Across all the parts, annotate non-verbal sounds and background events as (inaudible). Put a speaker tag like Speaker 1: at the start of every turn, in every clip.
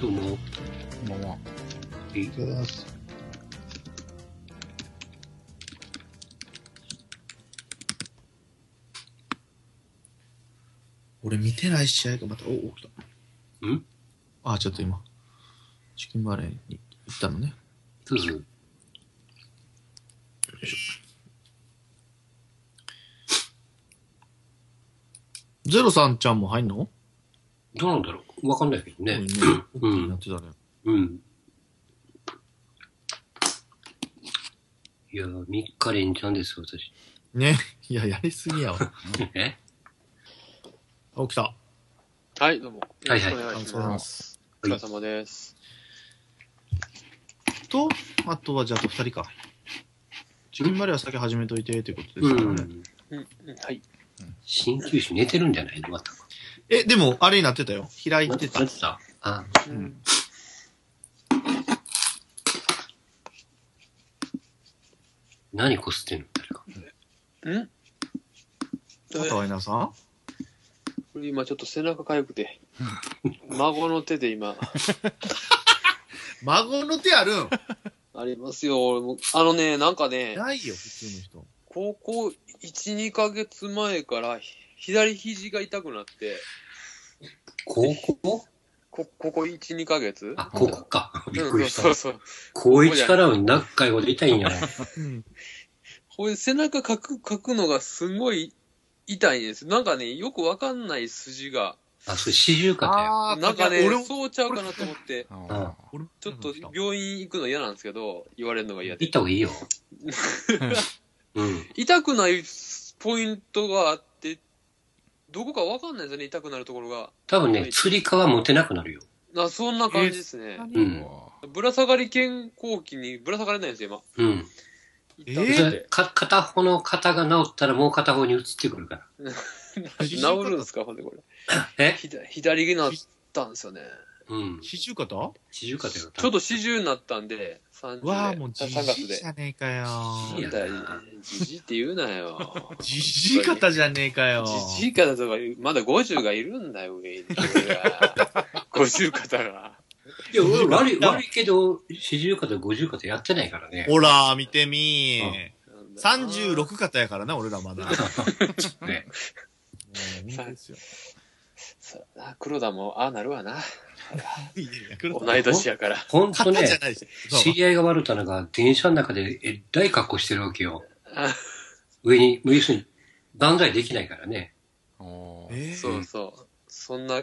Speaker 1: どうも。
Speaker 2: こんばんは。
Speaker 1: えい
Speaker 2: おはようございます。
Speaker 3: 俺見てない試合がまた、お、起きた。
Speaker 1: ん
Speaker 3: あちょっと今、チキンバレーに行ったのね。
Speaker 1: そうそう。
Speaker 3: ゼロさんちゃんも入んの
Speaker 1: どうなんだろうわかんないけどね。
Speaker 3: う、
Speaker 1: うんん
Speaker 3: 気になってたね。
Speaker 1: うん。いやー、3日連チャンですよ、私。
Speaker 3: ね、いや、やりすぎやわ。
Speaker 1: え
Speaker 3: あ起きた。
Speaker 4: はい、どうも。よろしくお
Speaker 3: あ
Speaker 4: 願いし
Speaker 3: そうなん
Speaker 4: ま。
Speaker 3: ですす。
Speaker 4: お疲れ様です。
Speaker 3: と、あとはじゃあと2人か。チキンバレーは先始めといてということです
Speaker 1: う
Speaker 3: からね。
Speaker 1: ん。
Speaker 4: うん、うんはい。
Speaker 1: 鍼灸師寝てるんじゃないのまた。
Speaker 3: え、でも、あれになってたよ。開い
Speaker 1: な
Speaker 3: てた
Speaker 1: な。ってたあ、
Speaker 4: うんん、
Speaker 1: 何こすってんの誰か。
Speaker 4: うん
Speaker 3: あとは稲さん
Speaker 4: これ今ちょっと背中かゆくて、孫の手で今、
Speaker 3: 孫の手あるん
Speaker 4: ありますよ。俺もあのね、なんかね、
Speaker 3: ないよ、普通の人。
Speaker 4: 高校1、2ヶ月前からひ左肘が痛くなって、
Speaker 1: 高校
Speaker 4: こ、ここ1、2ヶ月
Speaker 1: あ、高校か。びっくりし
Speaker 4: うん
Speaker 1: た。
Speaker 4: そうそうそう。
Speaker 1: 高一からは何回ほど痛い
Speaker 4: (laughs)
Speaker 1: んやね。
Speaker 3: うん。
Speaker 4: これ背中かく、かくのがすごい痛いんです。なんかね、よくわかんない筋が、
Speaker 1: あ、それ四十肩や。
Speaker 3: あー
Speaker 4: なんかね
Speaker 3: 俺も、
Speaker 4: そうちゃうかなと思って、
Speaker 2: あ
Speaker 3: 俺も
Speaker 4: ちょっと (laughs) 病院行くの嫌なんですけど、言われるのが嫌で
Speaker 1: 行っ。た方がいいよ。うん。
Speaker 4: 痛くないポイントがあって、どこかわかんないですよね、痛くなるところが。
Speaker 1: 多分ね、釣り革持てなくなるよ。
Speaker 4: なそんな感じですね。
Speaker 1: う
Speaker 2: うん
Speaker 1: ん。
Speaker 4: ぶら下がり健康期にぶら下がれないんですよ、
Speaker 1: うん。
Speaker 4: 今。痛く
Speaker 3: え
Speaker 1: そ
Speaker 4: て
Speaker 1: れか片方の肩が治ったらもう片方に移ってくるか
Speaker 4: 治るんですか、ほんでこれ。
Speaker 1: ら。え
Speaker 4: 左左になったんですよね。
Speaker 1: うん。
Speaker 3: 四十肩
Speaker 1: 四十肩が
Speaker 4: ちょっと四十になったんで、30で。
Speaker 3: わあ、もうじ
Speaker 4: 3
Speaker 3: じ
Speaker 4: 月
Speaker 3: いじ
Speaker 4: で。
Speaker 3: ゃねえかよ。
Speaker 4: なんだよじじいって言うなよ。
Speaker 3: じじい肩じゃねえかよ。
Speaker 4: じじい方とか、まだ50がいるんだよ、上に。50方が。
Speaker 1: いや、俺悪い、悪いけど、四十肩、五十肩やってないからね。
Speaker 3: ほら、見てみー。
Speaker 4: なんだよな
Speaker 3: 36肩やからな、俺らまだ。もう
Speaker 1: ね
Speaker 3: 本当ですよ。
Speaker 4: そうやな黒田もああなるわな。
Speaker 3: いやいや、来る
Speaker 4: 同い年やから。
Speaker 1: ほんと
Speaker 3: 肩じゃ
Speaker 1: ね、
Speaker 3: ないし。そ
Speaker 1: 知
Speaker 3: う
Speaker 1: り合いが悪たのが、電車の中でえらい格好してるわけよ
Speaker 4: あ。
Speaker 1: 上に、上に、万歳できないからね。
Speaker 2: え
Speaker 3: えー
Speaker 4: そうそう。そんな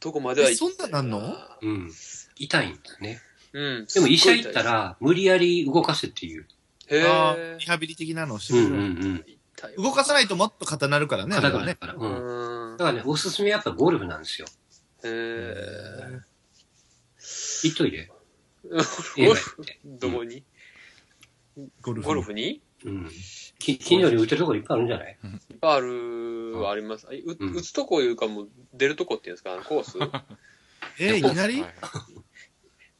Speaker 4: とこまでは
Speaker 3: えそんななんの
Speaker 1: うん。痛いんですね。
Speaker 4: うん。
Speaker 1: でも医者行
Speaker 4: すっごい痛い
Speaker 1: った、ら、無理やり動かせっていう。
Speaker 4: へ
Speaker 3: あー
Speaker 4: ぇ
Speaker 3: リハビリ的なのをして
Speaker 1: うん
Speaker 3: く
Speaker 1: う
Speaker 3: れる
Speaker 1: ん
Speaker 4: 痛い
Speaker 3: 動かさないともっと肩なるから
Speaker 1: うん。
Speaker 3: ね、
Speaker 1: 肩
Speaker 3: あ
Speaker 1: が
Speaker 3: れ
Speaker 1: だ
Speaker 3: は
Speaker 1: から。う。
Speaker 4: うんん。
Speaker 1: だからね、おすすめやっぱゴルフなんですよ。
Speaker 4: へぇ
Speaker 1: 行っとい (laughs) で。
Speaker 4: ー。
Speaker 1: 映画行
Speaker 4: ゴルフ
Speaker 1: って。
Speaker 4: どこに
Speaker 3: ゴルフ。
Speaker 4: ゴルフに
Speaker 1: うん。き近所に売ってるところいっぱいあるんじゃない
Speaker 4: ある、あります。あう
Speaker 1: うん
Speaker 4: 打つとこいうかもう出るとこっていうんですか、あのコース
Speaker 3: えー、いきなり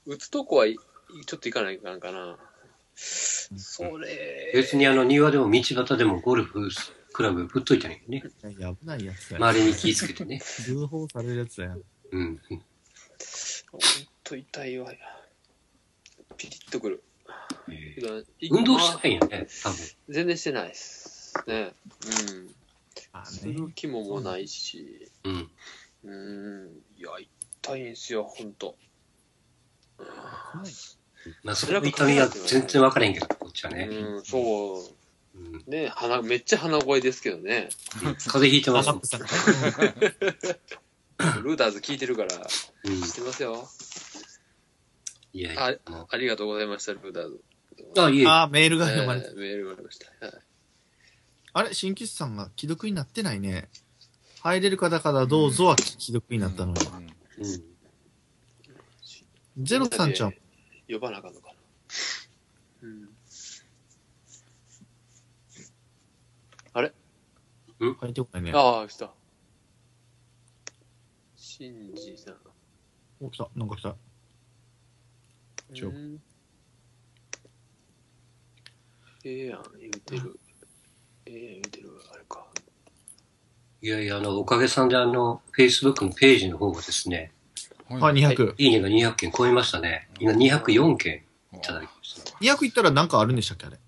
Speaker 4: 打つとこはいちょっと行かないかんかな。それ、
Speaker 1: 別にあの庭でも道端でもゴルフクラブぶっといたらいいね。
Speaker 3: いや、危ないやつだよ。
Speaker 1: 周りに気ぃつけて (laughs) ね。
Speaker 3: 通報されるやつだよ。
Speaker 1: うん。
Speaker 4: ほんと痛いわ。ピリッとくる。
Speaker 1: えー運
Speaker 4: 運
Speaker 1: 動してないよね、多分。
Speaker 4: 全然してないです。ね。うん。
Speaker 3: あ
Speaker 4: す
Speaker 3: ね
Speaker 4: る気ももないし。
Speaker 1: うん。
Speaker 4: うん。いや、痛いんすよ、ほんと。
Speaker 1: まあ、それは痛みは全然分からへんけど、こっちはね。
Speaker 4: うん、そ
Speaker 1: うん。
Speaker 4: う。ね、鼻、めっちゃ鼻声ですけどね。
Speaker 1: 風邪ひいて
Speaker 3: マ
Speaker 1: ます (laughs)
Speaker 3: サ
Speaker 1: もん
Speaker 3: ッ。さん。
Speaker 4: ルーダーズ聞いてるから、
Speaker 1: うん。
Speaker 4: してますよ。
Speaker 1: いやい
Speaker 4: あ
Speaker 1: や。あの
Speaker 4: ありがとうございました、ルーダーズ。
Speaker 1: あ、いえ。
Speaker 3: あー、メール
Speaker 4: え
Speaker 3: が読まれて
Speaker 4: ーメールがありました。はい
Speaker 3: あれ、新吉さんが既読になってないね。入れる方からどうぞは既読になったのに。
Speaker 1: うん。
Speaker 3: ゼロさんちゃん、。
Speaker 4: 呼ばなあかんのかな。うん。
Speaker 3: 入ってこないね。
Speaker 4: ああ、来た。シンジさん。
Speaker 3: お、来た。なんか来た。ちょ
Speaker 4: うんええやん、言うてる。ええやん、言うてる。あれか。
Speaker 1: いやいや、あの、おかげさんであの、Facebook のページの方がですね、
Speaker 3: はい、
Speaker 2: い。
Speaker 3: 200。
Speaker 1: いいねが200件超えましたね。今204件いただきました。
Speaker 3: 200いったらなんかあるんでしたっけあれ。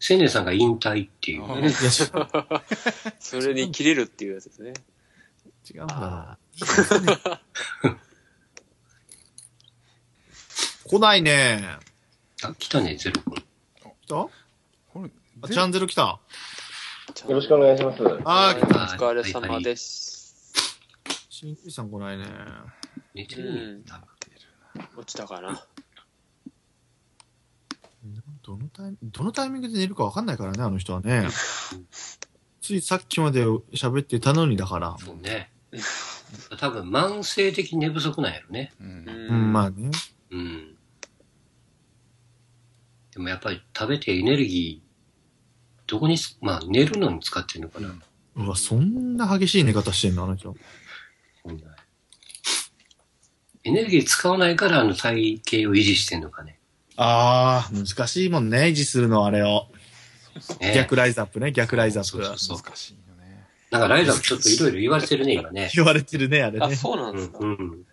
Speaker 1: 千年さんが引退っていう
Speaker 2: あ
Speaker 1: ね。
Speaker 2: ー
Speaker 3: いや、し違
Speaker 4: それに切れるっていうやつですね。
Speaker 3: うんだ
Speaker 1: あ
Speaker 3: な。来ないね。
Speaker 1: ーあ、来たね、ゼロ君。
Speaker 3: 来た
Speaker 2: これ
Speaker 3: あ、チャンゼロ来た。
Speaker 5: よろしくお願いします。
Speaker 3: あー、来
Speaker 4: お
Speaker 3: た。
Speaker 4: 疲れ様です。
Speaker 3: 新規さん来ないね。
Speaker 1: 寝てるね。
Speaker 4: 落ちたかな。
Speaker 3: どのタイミどのタイミングで寝るかわかんないからね、あの人はね。ついさっきまで喋ってたのにだから。
Speaker 1: そう
Speaker 3: (laughs)
Speaker 1: ね。多分、慢性的寝不足なんやろね。
Speaker 2: う。
Speaker 4: うんん
Speaker 3: うん、まあね。
Speaker 1: うん。でもやっぱり食べてエネルギー、どこにす、まあ寝るのに使ってるのかな。
Speaker 3: うわ、そんな激しい寝方してんの、あの人。
Speaker 1: 本来エネルギー使わないからあの体型を維持してんのかね。
Speaker 3: ああ、難しいもんね、維持するの、あれを。
Speaker 1: ね
Speaker 3: 逆ライズアップね、逆ライズアップ。
Speaker 1: そうそうそう
Speaker 2: 難しいよね。
Speaker 1: なんかライザーもちょっといろいろ言われてるね、今ね。
Speaker 3: 言われてるね、あれ
Speaker 4: あ、
Speaker 3: ね。
Speaker 4: そうなん
Speaker 1: う
Speaker 4: です
Speaker 1: ん
Speaker 4: か。
Speaker 1: う。ん。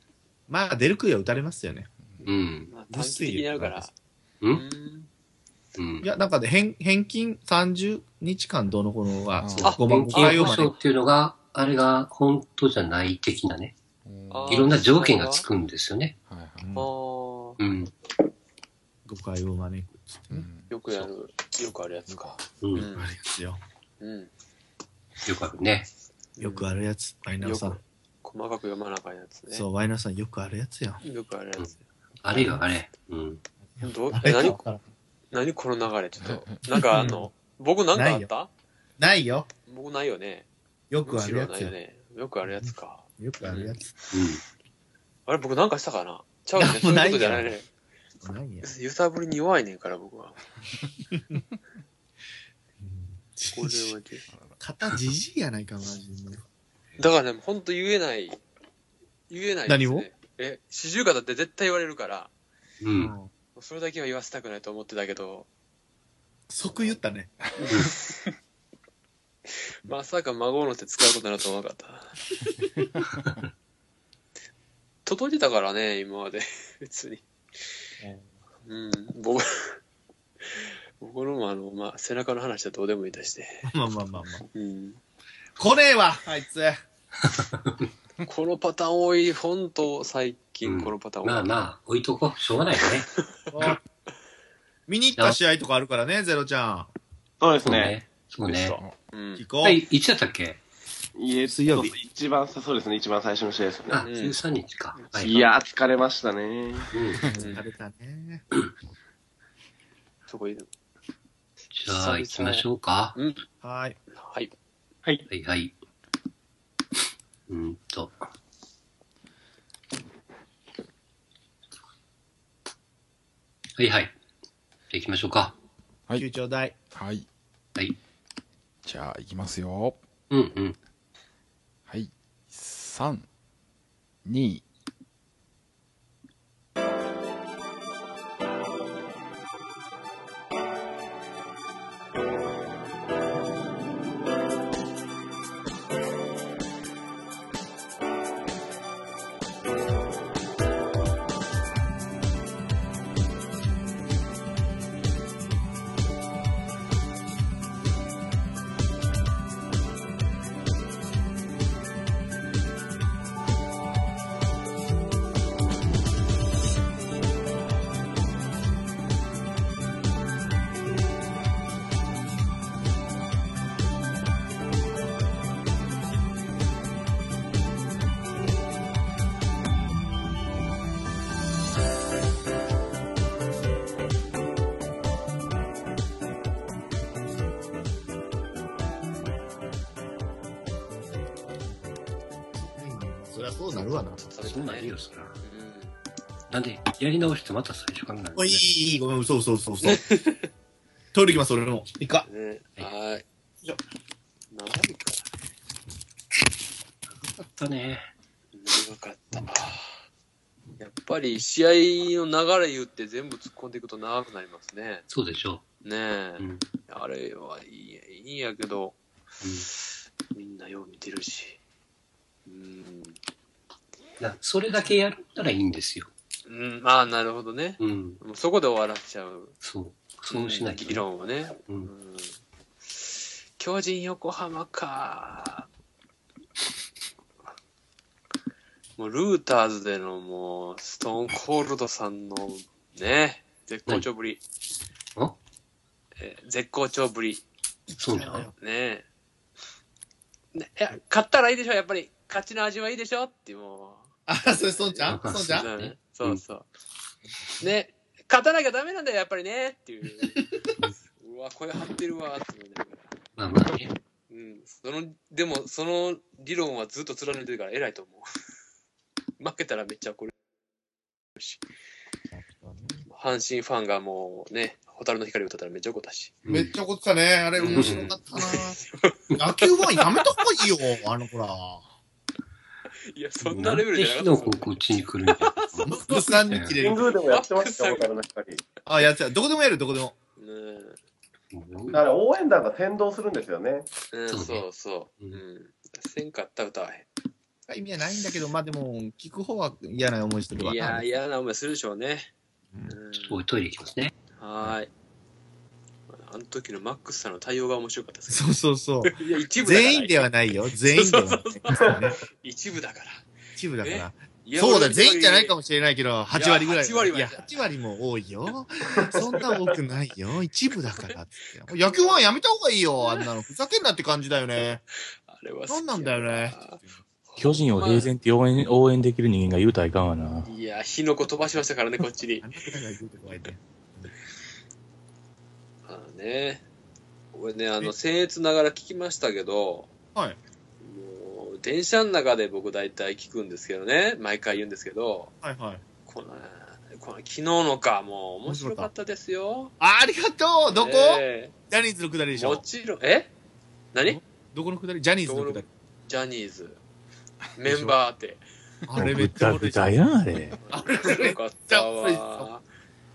Speaker 3: まあ、出る杭は打たれますよね。
Speaker 1: うん。
Speaker 4: まあ、短期的になるから。
Speaker 1: う
Speaker 4: うんん。
Speaker 1: うん
Speaker 3: い。や、なんかで、返返金30日間どうのこうの
Speaker 2: あ
Speaker 3: が、
Speaker 2: あ
Speaker 3: 5万
Speaker 1: 年
Speaker 3: 5回
Speaker 1: 金
Speaker 3: を
Speaker 1: 保
Speaker 3: まで
Speaker 1: 障。っていうのが、あれが本当じゃない的なね。
Speaker 4: あー
Speaker 1: いろんな条件がつくんですよね。
Speaker 2: はいはい。
Speaker 3: うん
Speaker 4: あー
Speaker 1: うん。
Speaker 3: 誤解を招く。
Speaker 2: うん
Speaker 4: よくやる、よくあるやつか。
Speaker 1: うん。
Speaker 4: うん
Speaker 3: あるやつよ。
Speaker 4: うん。
Speaker 1: よくあるね。
Speaker 3: よくあるやつ。ワイナーさ
Speaker 4: よ
Speaker 3: ん。
Speaker 4: 細かく読まなあかんやつね。
Speaker 3: そう、ワイナーさんよくあるやつよ。
Speaker 4: よくあるやつ。
Speaker 1: あるいはあれ。うん。
Speaker 4: どう
Speaker 3: あれ
Speaker 4: え
Speaker 3: か
Speaker 4: 何
Speaker 3: わからん
Speaker 4: 何この流れちょっと。なんかあんの僕なんかあった
Speaker 3: ないよ。
Speaker 4: 僕ないよね。
Speaker 3: よ
Speaker 4: む
Speaker 3: くあ
Speaker 4: し
Speaker 3: る
Speaker 4: ろ
Speaker 3: や
Speaker 4: な
Speaker 3: つ
Speaker 4: いよ
Speaker 3: よ。
Speaker 4: ね。よくあるやつか。
Speaker 3: よくあるやつ。
Speaker 4: あれ僕なんかしたかなちゃうね。
Speaker 3: な
Speaker 4: そ
Speaker 3: んも
Speaker 4: うい
Speaker 3: な
Speaker 4: う
Speaker 3: いや
Speaker 4: こと
Speaker 3: ん
Speaker 4: じゃないね。
Speaker 3: ないや。
Speaker 4: 揺さぶりに弱いねんから僕は。これはね
Speaker 3: 肩じじいやないか、マジで。
Speaker 4: だからね、ほんと言えない。言えない、
Speaker 3: 何を
Speaker 4: え、四十肩って絶対言われるから、
Speaker 1: うん。うん。
Speaker 4: それだけは言わせたくないと思ってたけど、
Speaker 3: 即言ったね。
Speaker 4: まさか孫の手使うことになると思わなかった。
Speaker 1: (laughs)
Speaker 4: 届いてたからね、今まで。 (laughs) 別に。うん、僕、僕のもあの、まあ、背中の話はどうでもいいとして。
Speaker 3: まあまあまあまあ。
Speaker 1: (laughs)
Speaker 4: うん。
Speaker 3: 来ねえわ、あいつ。
Speaker 4: このパターン多い、ほんと、最近このパターン多い。
Speaker 1: まあまあ、置いとこう。しょうがないよね。
Speaker 3: 見に行った試合とかあるからね、ゼロちゃ。
Speaker 5: そうです
Speaker 1: そう
Speaker 5: ね。
Speaker 1: ね。そうね。
Speaker 4: うんん
Speaker 3: 聞。こ。、
Speaker 1: はいういつやったっけ
Speaker 5: いえ、
Speaker 3: 水曜日
Speaker 5: そう一番、そうですね、一番最初の試合ですね。
Speaker 1: あ、
Speaker 4: うん
Speaker 1: 13日か。はい
Speaker 5: やー、疲れましたね。
Speaker 1: うん
Speaker 4: うん
Speaker 3: 疲れたね。
Speaker 4: そこいる。
Speaker 1: じゃあ、行きましょうか。
Speaker 3: はい。
Speaker 4: はい。
Speaker 5: はい。
Speaker 1: はいはい。うーんと。はいはい。じゃあ行きましょうか。
Speaker 2: はい
Speaker 3: 球場大。
Speaker 2: はい。
Speaker 1: はい。
Speaker 2: じゃあ、いきますよ。
Speaker 1: うんうん。
Speaker 2: はい。三、二、
Speaker 3: そりゃそうなるわな。
Speaker 1: そうなるよ、そら。
Speaker 4: うん
Speaker 1: なんで、やり直してまた最初からなる、
Speaker 3: おい、いいいい、ごめん、嘘嘘嘘嘘。トイレ行きます、俺も。いっか。
Speaker 4: ね、
Speaker 1: はい
Speaker 4: はい。
Speaker 3: じゃ
Speaker 4: 長いか。
Speaker 1: だったね。
Speaker 4: 長かった。やっぱり試合の流れ言って全部突っ込んでいくと長くなりますね。
Speaker 1: そうでしょ
Speaker 4: ねえ。
Speaker 1: う。うん。うん。
Speaker 4: あれはいいいいんやけど、みんなよう見てるし。うん。
Speaker 1: なそれだけやるならいいんですよ。
Speaker 4: うん、ああ、なるほどね。
Speaker 1: うん。
Speaker 4: もうそこで終わらせちゃう。
Speaker 1: そう。そうしなきゃ。
Speaker 4: 議論をね。
Speaker 1: う。
Speaker 4: うんん。巨人横浜か。もうルーターズでのもう、ストーンコールドさんのね、絶好調ぶり。
Speaker 1: うんん
Speaker 4: えー絶好調ぶり。
Speaker 1: そうなの
Speaker 4: ねえ。ねいや、勝ったらいいでしょ、やっぱり。勝ちの味はいいでしょって、も
Speaker 6: あ、それ、孫ちゃん孫ち
Speaker 4: う。
Speaker 6: ゃ
Speaker 4: うんんそうそう。ね、勝たなきゃダメなんだよ、やっぱりね。っていう。うわ、声張ってるわ、って思いながら。
Speaker 1: まあまあね。
Speaker 4: うん。その、でも、その理論はずっと貫いてるから偉いと思う。負けたらめっちゃ怒るし。阪神ファンがもうね、蛍の光歌ったらめっちゃ怒ったし。
Speaker 1: うん
Speaker 6: めっちゃ怒ってたね。あれ、面白かったな。
Speaker 3: 野球ファンやめた方
Speaker 4: (laughs)
Speaker 3: がいいよ、あの子ら。
Speaker 4: いや、そんなレベルじ
Speaker 1: 火
Speaker 4: ゃなかった
Speaker 1: の粉こっちに来るんじゃない
Speaker 6: 息子さんに切れ
Speaker 5: 神宮
Speaker 6: る。
Speaker 5: でもやってましたよ、蛍の光。
Speaker 6: あ、やってた。どこでもやる、どこでも。
Speaker 4: ねえ
Speaker 1: うん
Speaker 5: だから応援団が先導するんですよね。
Speaker 4: うん、
Speaker 1: そうね
Speaker 4: そうそう。
Speaker 1: うん
Speaker 4: うん。せんかったら歌わへ
Speaker 3: 意味はないんだけど、まあでも、聞く方は嫌な思いしてる
Speaker 4: ん。
Speaker 3: わ
Speaker 4: い
Speaker 3: な。
Speaker 4: や、嫌な思いするでしょうね。
Speaker 3: う
Speaker 4: うんん、
Speaker 1: おいトイレ行きますね。
Speaker 4: はーい。あの時のマックスさんの対応が面白かったです
Speaker 3: そうそう
Speaker 4: (laughs)
Speaker 3: そう。
Speaker 4: けど。いや、一部だから。
Speaker 3: 全員ではないよ。全員ではない。
Speaker 4: 一部だから。
Speaker 3: 一部だから。
Speaker 4: いや
Speaker 3: そうだ、全員じゃないか
Speaker 4: も。
Speaker 3: もしれないけど、8割ぐらい。
Speaker 4: 8割はい
Speaker 3: や、8割も多いよ。そんな多くないよ。一部だからっつって。野球ファンやめた方がいいよ、あんなの。ふざけんなって感じだよね。
Speaker 4: あれは好き
Speaker 3: なんなんだよね。
Speaker 7: 巨人を平然って応援応援できる人間が言うたらいかんわな。
Speaker 4: いや、火の粉飛ばしましたか
Speaker 3: (laughs)
Speaker 4: らね、こっちに
Speaker 3: あ。んなことが言うと怖いね
Speaker 4: ああね。俺ね、あの、僭越ながら聞きましたけど、
Speaker 3: はい。
Speaker 4: もう、電車の中で僕大体聞くんですけどね、毎回言うんですけど、
Speaker 3: はいはい。
Speaker 4: この、この昨日のか、もう面白かったですよ。
Speaker 3: あありがとうどこ
Speaker 4: え
Speaker 3: ジャニーズのくだり
Speaker 4: え
Speaker 3: でし
Speaker 4: も
Speaker 3: ょ
Speaker 4: ちろん、え何
Speaker 3: どこのくだりジャニーズのくだり。
Speaker 4: ジャニーズ。メンバーって。
Speaker 3: あれめっちゃ
Speaker 7: もうぐ
Speaker 3: 俺
Speaker 7: だぐだやん、あれ。
Speaker 4: よかったわ。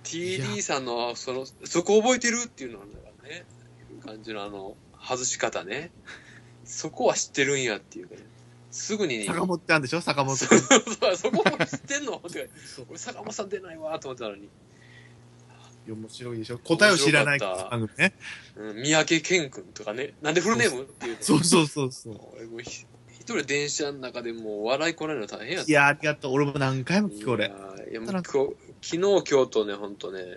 Speaker 4: TD さんの、その、そこ覚えてるっていうのなんだからね。感じのあの、外し方ね。そこは知ってるんやっていうね。すぐに、
Speaker 3: 坂本ちゃんでしょ坂本
Speaker 4: そ
Speaker 3: 君。
Speaker 4: う (laughs) そこも知ってんのって俺、坂本さん出ないわと思ってたのに。
Speaker 3: いや面白いでしょ答えを知らない番組ね。
Speaker 4: うん、三宅健君とかね。なんでフルネームっていうの
Speaker 3: そうそうそうそう。
Speaker 4: 俺もうひ一人で電車の中でもう笑いこらえるの大変やった
Speaker 3: いや、ありがとう。俺も何回も聞く、
Speaker 4: い
Speaker 3: 俺。
Speaker 4: やーいやもう今日昨日、今日とね、ほんとね、まあ、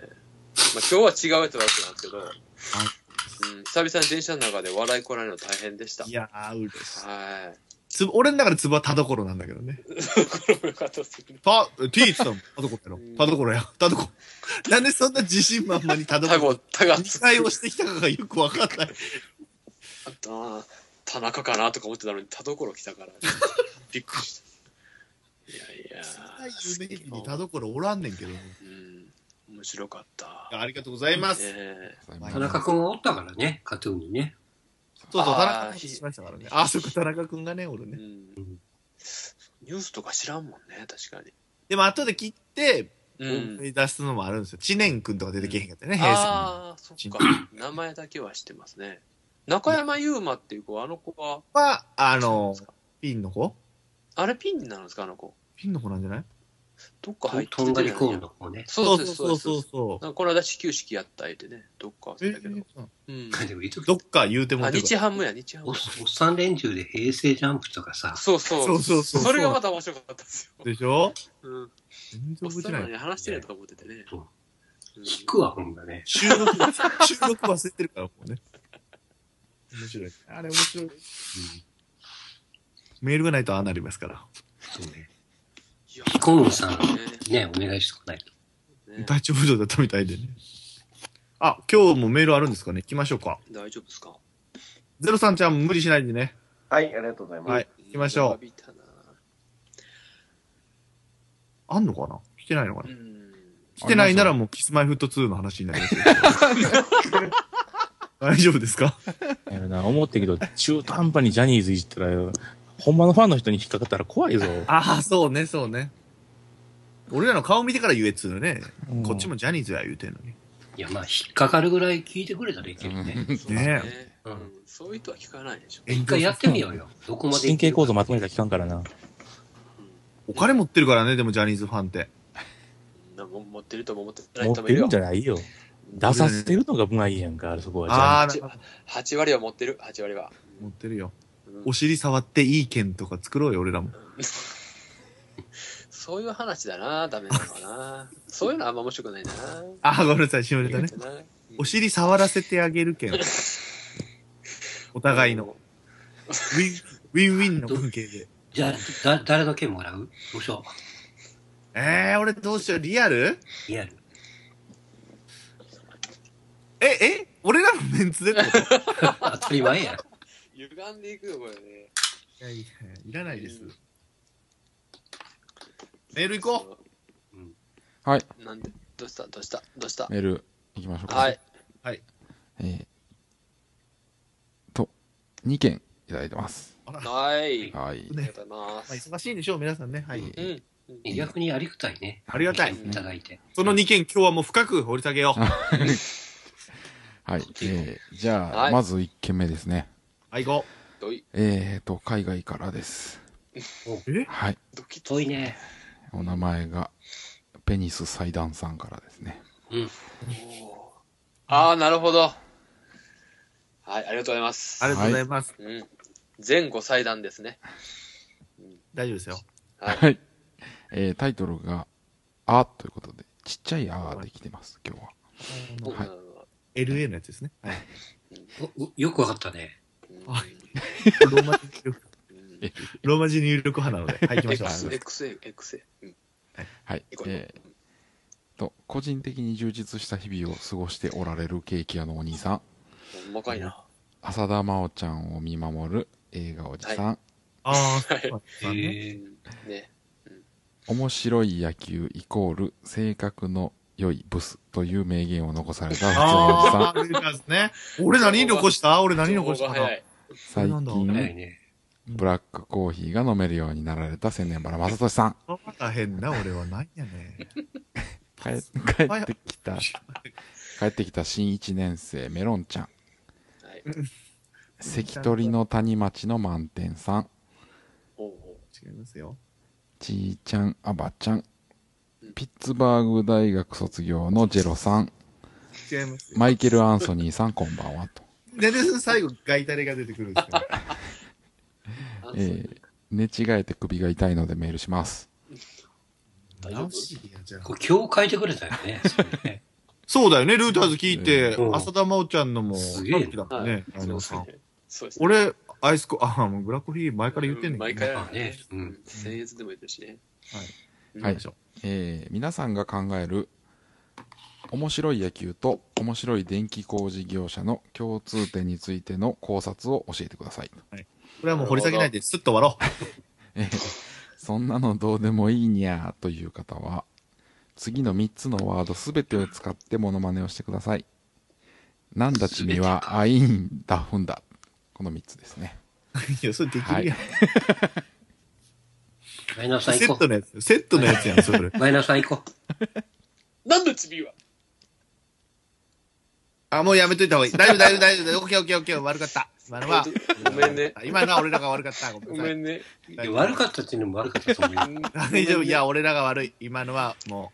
Speaker 4: 今日は違うやつだったんですけど、うん、久々に電車の中で笑いこらえるの大変でした
Speaker 3: い。やー、嬉しい。
Speaker 4: は
Speaker 3: つ俺の中でツボは田所なんだけどね。
Speaker 4: い。これもよかったっすね。
Speaker 3: パ、T って言ったの田所やろ。田所や。田所。なんでそんな自信満々に田
Speaker 4: タ
Speaker 3: 所
Speaker 4: ゴ、タガ
Speaker 3: 2回をしてきたかがよくわかんない。
Speaker 4: あったな田中かなとか思ってたのに、田所来た
Speaker 6: (laughs)
Speaker 4: から、びっくりした。いやいや
Speaker 3: 有名人に田所おらんねんけど。
Speaker 4: うん、面白かった。
Speaker 6: ありがとうございます。
Speaker 4: え
Speaker 2: ございま
Speaker 1: 田中君がおったからね、カトゥーンにね。
Speaker 3: そうそう、田中
Speaker 4: あー
Speaker 3: 君しましたからね。あ、そっか、田中君がね、俺
Speaker 4: えう
Speaker 3: ね。
Speaker 4: ん、ニュースとか知らんもんね、確かに。
Speaker 3: でも後で切って、
Speaker 4: うん。
Speaker 3: 出すのもあるんですよ。知念君とか出てけへんかったよね、平成。
Speaker 4: ああ、そっか。名前だけは知ってますね。中山優馬っていう子、あの子は、
Speaker 3: は、あの、ピンの子
Speaker 4: あれピンになるんですか、あの子。
Speaker 3: ピンの子なんじゃない
Speaker 4: どっか入って
Speaker 1: とんがりコー
Speaker 4: る
Speaker 1: ンの方ね。
Speaker 4: そうです、そうです。
Speaker 3: そうそう。
Speaker 4: なんかこの間始球式やった言うてね、どっか忘れたけど。
Speaker 3: (laughs)
Speaker 4: うん。
Speaker 1: でもいい時
Speaker 3: どっか言うても
Speaker 4: あ、
Speaker 3: らって
Speaker 4: 日ハムや、日ハ
Speaker 1: お
Speaker 4: ム
Speaker 1: っ。おっさん連中で平成ジャンプとかさ、
Speaker 4: そうそう。
Speaker 3: そうそうそう
Speaker 4: それがまた面白かったんですよ。
Speaker 3: でしょ
Speaker 4: うん。
Speaker 3: 全然覚え
Speaker 4: おっさ
Speaker 3: て
Speaker 4: んな
Speaker 3: な
Speaker 4: の
Speaker 3: い。
Speaker 4: に話してないとか思っててね。
Speaker 1: そう
Speaker 4: うん
Speaker 1: 引くわ、ほんがね。
Speaker 3: 収録、 (laughs) 収録忘れてるから、もうね。面白い。あれ面白い。メールがないとああなりますから。
Speaker 1: そうね。
Speaker 4: いや
Speaker 1: ヒコンさんね、
Speaker 4: ね
Speaker 1: お願いしてこないと。
Speaker 4: ね
Speaker 3: 体調不良だったみたいでね。あ、今日もメールあるんですかね行きましょうか。
Speaker 4: 大丈夫ですか
Speaker 3: ゼロさんちゃん無理しないでね。
Speaker 5: はい、ありがとうございます。
Speaker 3: はい。行きましょう。
Speaker 4: 長引いたな
Speaker 3: あんのかな来てないのか
Speaker 4: う。
Speaker 3: なん来てないならもうキスマイフット2の話になり (laughs) ますよ。大丈夫ですか
Speaker 7: やるな思ってけど、中途半端にジャニーズいじったら、ほんまのファンの人に引っかかったら怖いぞ。
Speaker 3: ああ、そうね、そうね。俺らの顔見てから言えっつうのね。
Speaker 7: うん
Speaker 3: こっちもジャニーズや言うてんのに。
Speaker 1: いや、まあ、引っかかるぐらい聞いてくれたらいけるね。
Speaker 4: そう
Speaker 3: ね
Speaker 4: ねうんそういう人は聞かないでしょ。
Speaker 1: 一回やってみようよ。どこまで
Speaker 7: 神
Speaker 1: いけ
Speaker 7: 経
Speaker 1: るか
Speaker 7: 構造まとめたら聞かんからな。
Speaker 4: うん
Speaker 3: お金持ってるからね、でもジャニーズファンって。
Speaker 4: なんか持ってるとも持ってない
Speaker 7: 持っ
Speaker 4: 人もい
Speaker 7: て
Speaker 4: る
Speaker 7: る
Speaker 4: よ
Speaker 7: んじ。ゃないよ。出させてるのがうまいやんか、そこは。じゃ
Speaker 3: あ
Speaker 7: あ
Speaker 3: あ、なんか
Speaker 4: 8割は持ってる、8割は。
Speaker 3: 持ってるよ。
Speaker 4: うん
Speaker 3: お尻触っていい剣とか作ろうよ、俺らも。
Speaker 4: (laughs) そういう話だな、ダメなのかな。そういうのあんま面白くないな。
Speaker 3: あー、ごめんなさい、しまれたね。
Speaker 4: な
Speaker 3: お尻触らせてあげる剣。 (laughs) お互い (laughs) の。。ウィン、ウィンウィンの関係で。
Speaker 1: じゃあ、だ、誰の券もらうどうしよ
Speaker 3: えー、俺どうしよう、リアル
Speaker 1: う。リアル。
Speaker 3: え、え俺らのメンツでって (laughs) こと
Speaker 1: 当たり
Speaker 3: (laughs)
Speaker 1: 前や。
Speaker 4: 歪んでいくよ、これね。
Speaker 3: いやいやいらないです
Speaker 4: うん。
Speaker 3: メール行こう。
Speaker 4: う
Speaker 2: はい。
Speaker 4: なんで、どうした、どうした、どうした。
Speaker 2: メール、いきましょうか。
Speaker 4: はい。。
Speaker 2: えー、と、2件いただいてます。
Speaker 4: はい。あ
Speaker 2: はい。
Speaker 4: り
Speaker 3: ね
Speaker 4: がとうございま
Speaker 3: まあ、
Speaker 4: す。
Speaker 3: 忙しいんでしょう、皆さんね。はい。
Speaker 4: う
Speaker 2: えー
Speaker 4: ん。
Speaker 1: 逆にありがたいね。
Speaker 3: ありがたい。
Speaker 1: いただいて。
Speaker 3: その2件、今日はもう深く掘り下げよう。
Speaker 2: はい。えーじゃあ、
Speaker 4: はい
Speaker 2: まず1件目ですね。
Speaker 3: はい、行こ
Speaker 4: どい、
Speaker 2: えーと、海外からです。
Speaker 3: う。え
Speaker 2: はい。
Speaker 4: どきと。
Speaker 1: 遠いね。
Speaker 2: お名前が、ペニス祭壇さんからですね。
Speaker 4: ああ、なるほど。はい、ありがとうございます。
Speaker 3: ありがとうございます。
Speaker 4: うん。前後祭壇ですね。
Speaker 3: 大丈夫ですよ。
Speaker 4: はい
Speaker 2: はい。えータイトルが、あということで、ちっちゃいあできてます、今日は。
Speaker 4: うん
Speaker 2: はい
Speaker 3: LA のやつですね。はい。
Speaker 1: おおよくわかったね。
Speaker 3: あローマ字入力
Speaker 4: うん
Speaker 3: ローマ字入力派なので。はい、行きましょう。
Speaker 4: X、X、X。うん
Speaker 2: はい
Speaker 4: 行。こう
Speaker 2: えーと、個人的に充実した日々を過ごしておられるケーキ屋のお兄さん、
Speaker 4: ほんまかいな。
Speaker 2: 浅田真央ちゃんを見守る映画おじさん、
Speaker 3: あ
Speaker 4: は
Speaker 3: ー、
Speaker 4: い
Speaker 3: そうね
Speaker 1: へえ。
Speaker 4: ね。
Speaker 2: 面白い野球イコール性格の良いブスという名言を残された普通のおじ
Speaker 3: あー、ルーカーズね。俺何残した俺何残し
Speaker 4: 情
Speaker 3: た
Speaker 4: 報
Speaker 3: か
Speaker 4: が
Speaker 3: な
Speaker 4: 早い
Speaker 2: さん、最
Speaker 1: 早
Speaker 2: 近
Speaker 1: いね。
Speaker 2: ブラックコーヒーが飲めるようになられた千年原正俊さん、
Speaker 3: まだ変な俺はないやね。
Speaker 2: 帰帰ってきた、帰ってきた新1年生メロンちゃん、
Speaker 4: はい。
Speaker 2: 関取の谷町の満点さん、
Speaker 4: おうおう
Speaker 3: 違いますよ。
Speaker 2: ちーちゃん、あばちゃん、ピッツバーグ大学卒業のジェロさん、
Speaker 3: 違いますよ。
Speaker 2: マイケル・アンソニーさん、こんばんはと。
Speaker 3: で、で、最後、ガイタレが出てくるんですけど。
Speaker 4: あ
Speaker 2: えー寝違えて首が痛いのでメールします。
Speaker 4: 大丈
Speaker 3: 直
Speaker 4: 夫
Speaker 3: しや、じゃあ
Speaker 1: こ。う今日変えてくれたよね。それ
Speaker 3: (laughs)
Speaker 1: ね
Speaker 3: そうだよね、ルーターズ聞いて、
Speaker 1: うん
Speaker 3: 浅田真央ちゃんのも、
Speaker 1: すげえな
Speaker 3: 同期だもん
Speaker 4: はい
Speaker 3: ね、あのさん。
Speaker 4: そうですね。
Speaker 3: 俺、アイスコ、あ、もうブラックコーヒー前から言ってんねん
Speaker 4: 毎
Speaker 3: けど
Speaker 4: 回
Speaker 3: ね。
Speaker 4: あるね。
Speaker 1: う
Speaker 4: うんん。僭越でも言ってるしね。
Speaker 3: うん
Speaker 2: は
Speaker 3: 行
Speaker 2: い
Speaker 3: きましょう
Speaker 2: えー皆さんが考える面白い野球と面白い電気工事業者の共通点についての考察を教えてください。
Speaker 3: これはもう掘り下げないで、スッと終わろう。
Speaker 2: えーそんなのどうでもいいにゃーという方は、次の3つのワードすべてを使ってモノマネをしてください。なんだちには、あいんだふんだ。この3つですね。
Speaker 3: (laughs) いや、それできるやん。
Speaker 1: マイナーさん
Speaker 3: セ
Speaker 1: 行
Speaker 3: ッ
Speaker 1: こ
Speaker 3: トのやつ、セットのやつやん、そ (laughs) れ。
Speaker 1: う。マイナーさん行こ
Speaker 4: なんだちびは
Speaker 3: あ、もうやめといた方がいい。大丈夫、大丈夫、大丈夫。オッケーオッケーオッケー、悪かった。今のは、
Speaker 4: ごめんね。
Speaker 3: 今のは俺らが悪かった。ご
Speaker 4: ご
Speaker 3: めんなさ
Speaker 4: め
Speaker 3: い。
Speaker 4: んね。
Speaker 1: う。いや悪かったっていうのも悪かったと思うよ。
Speaker 3: 大丈夫、いや、俺らが悪い。今のは、も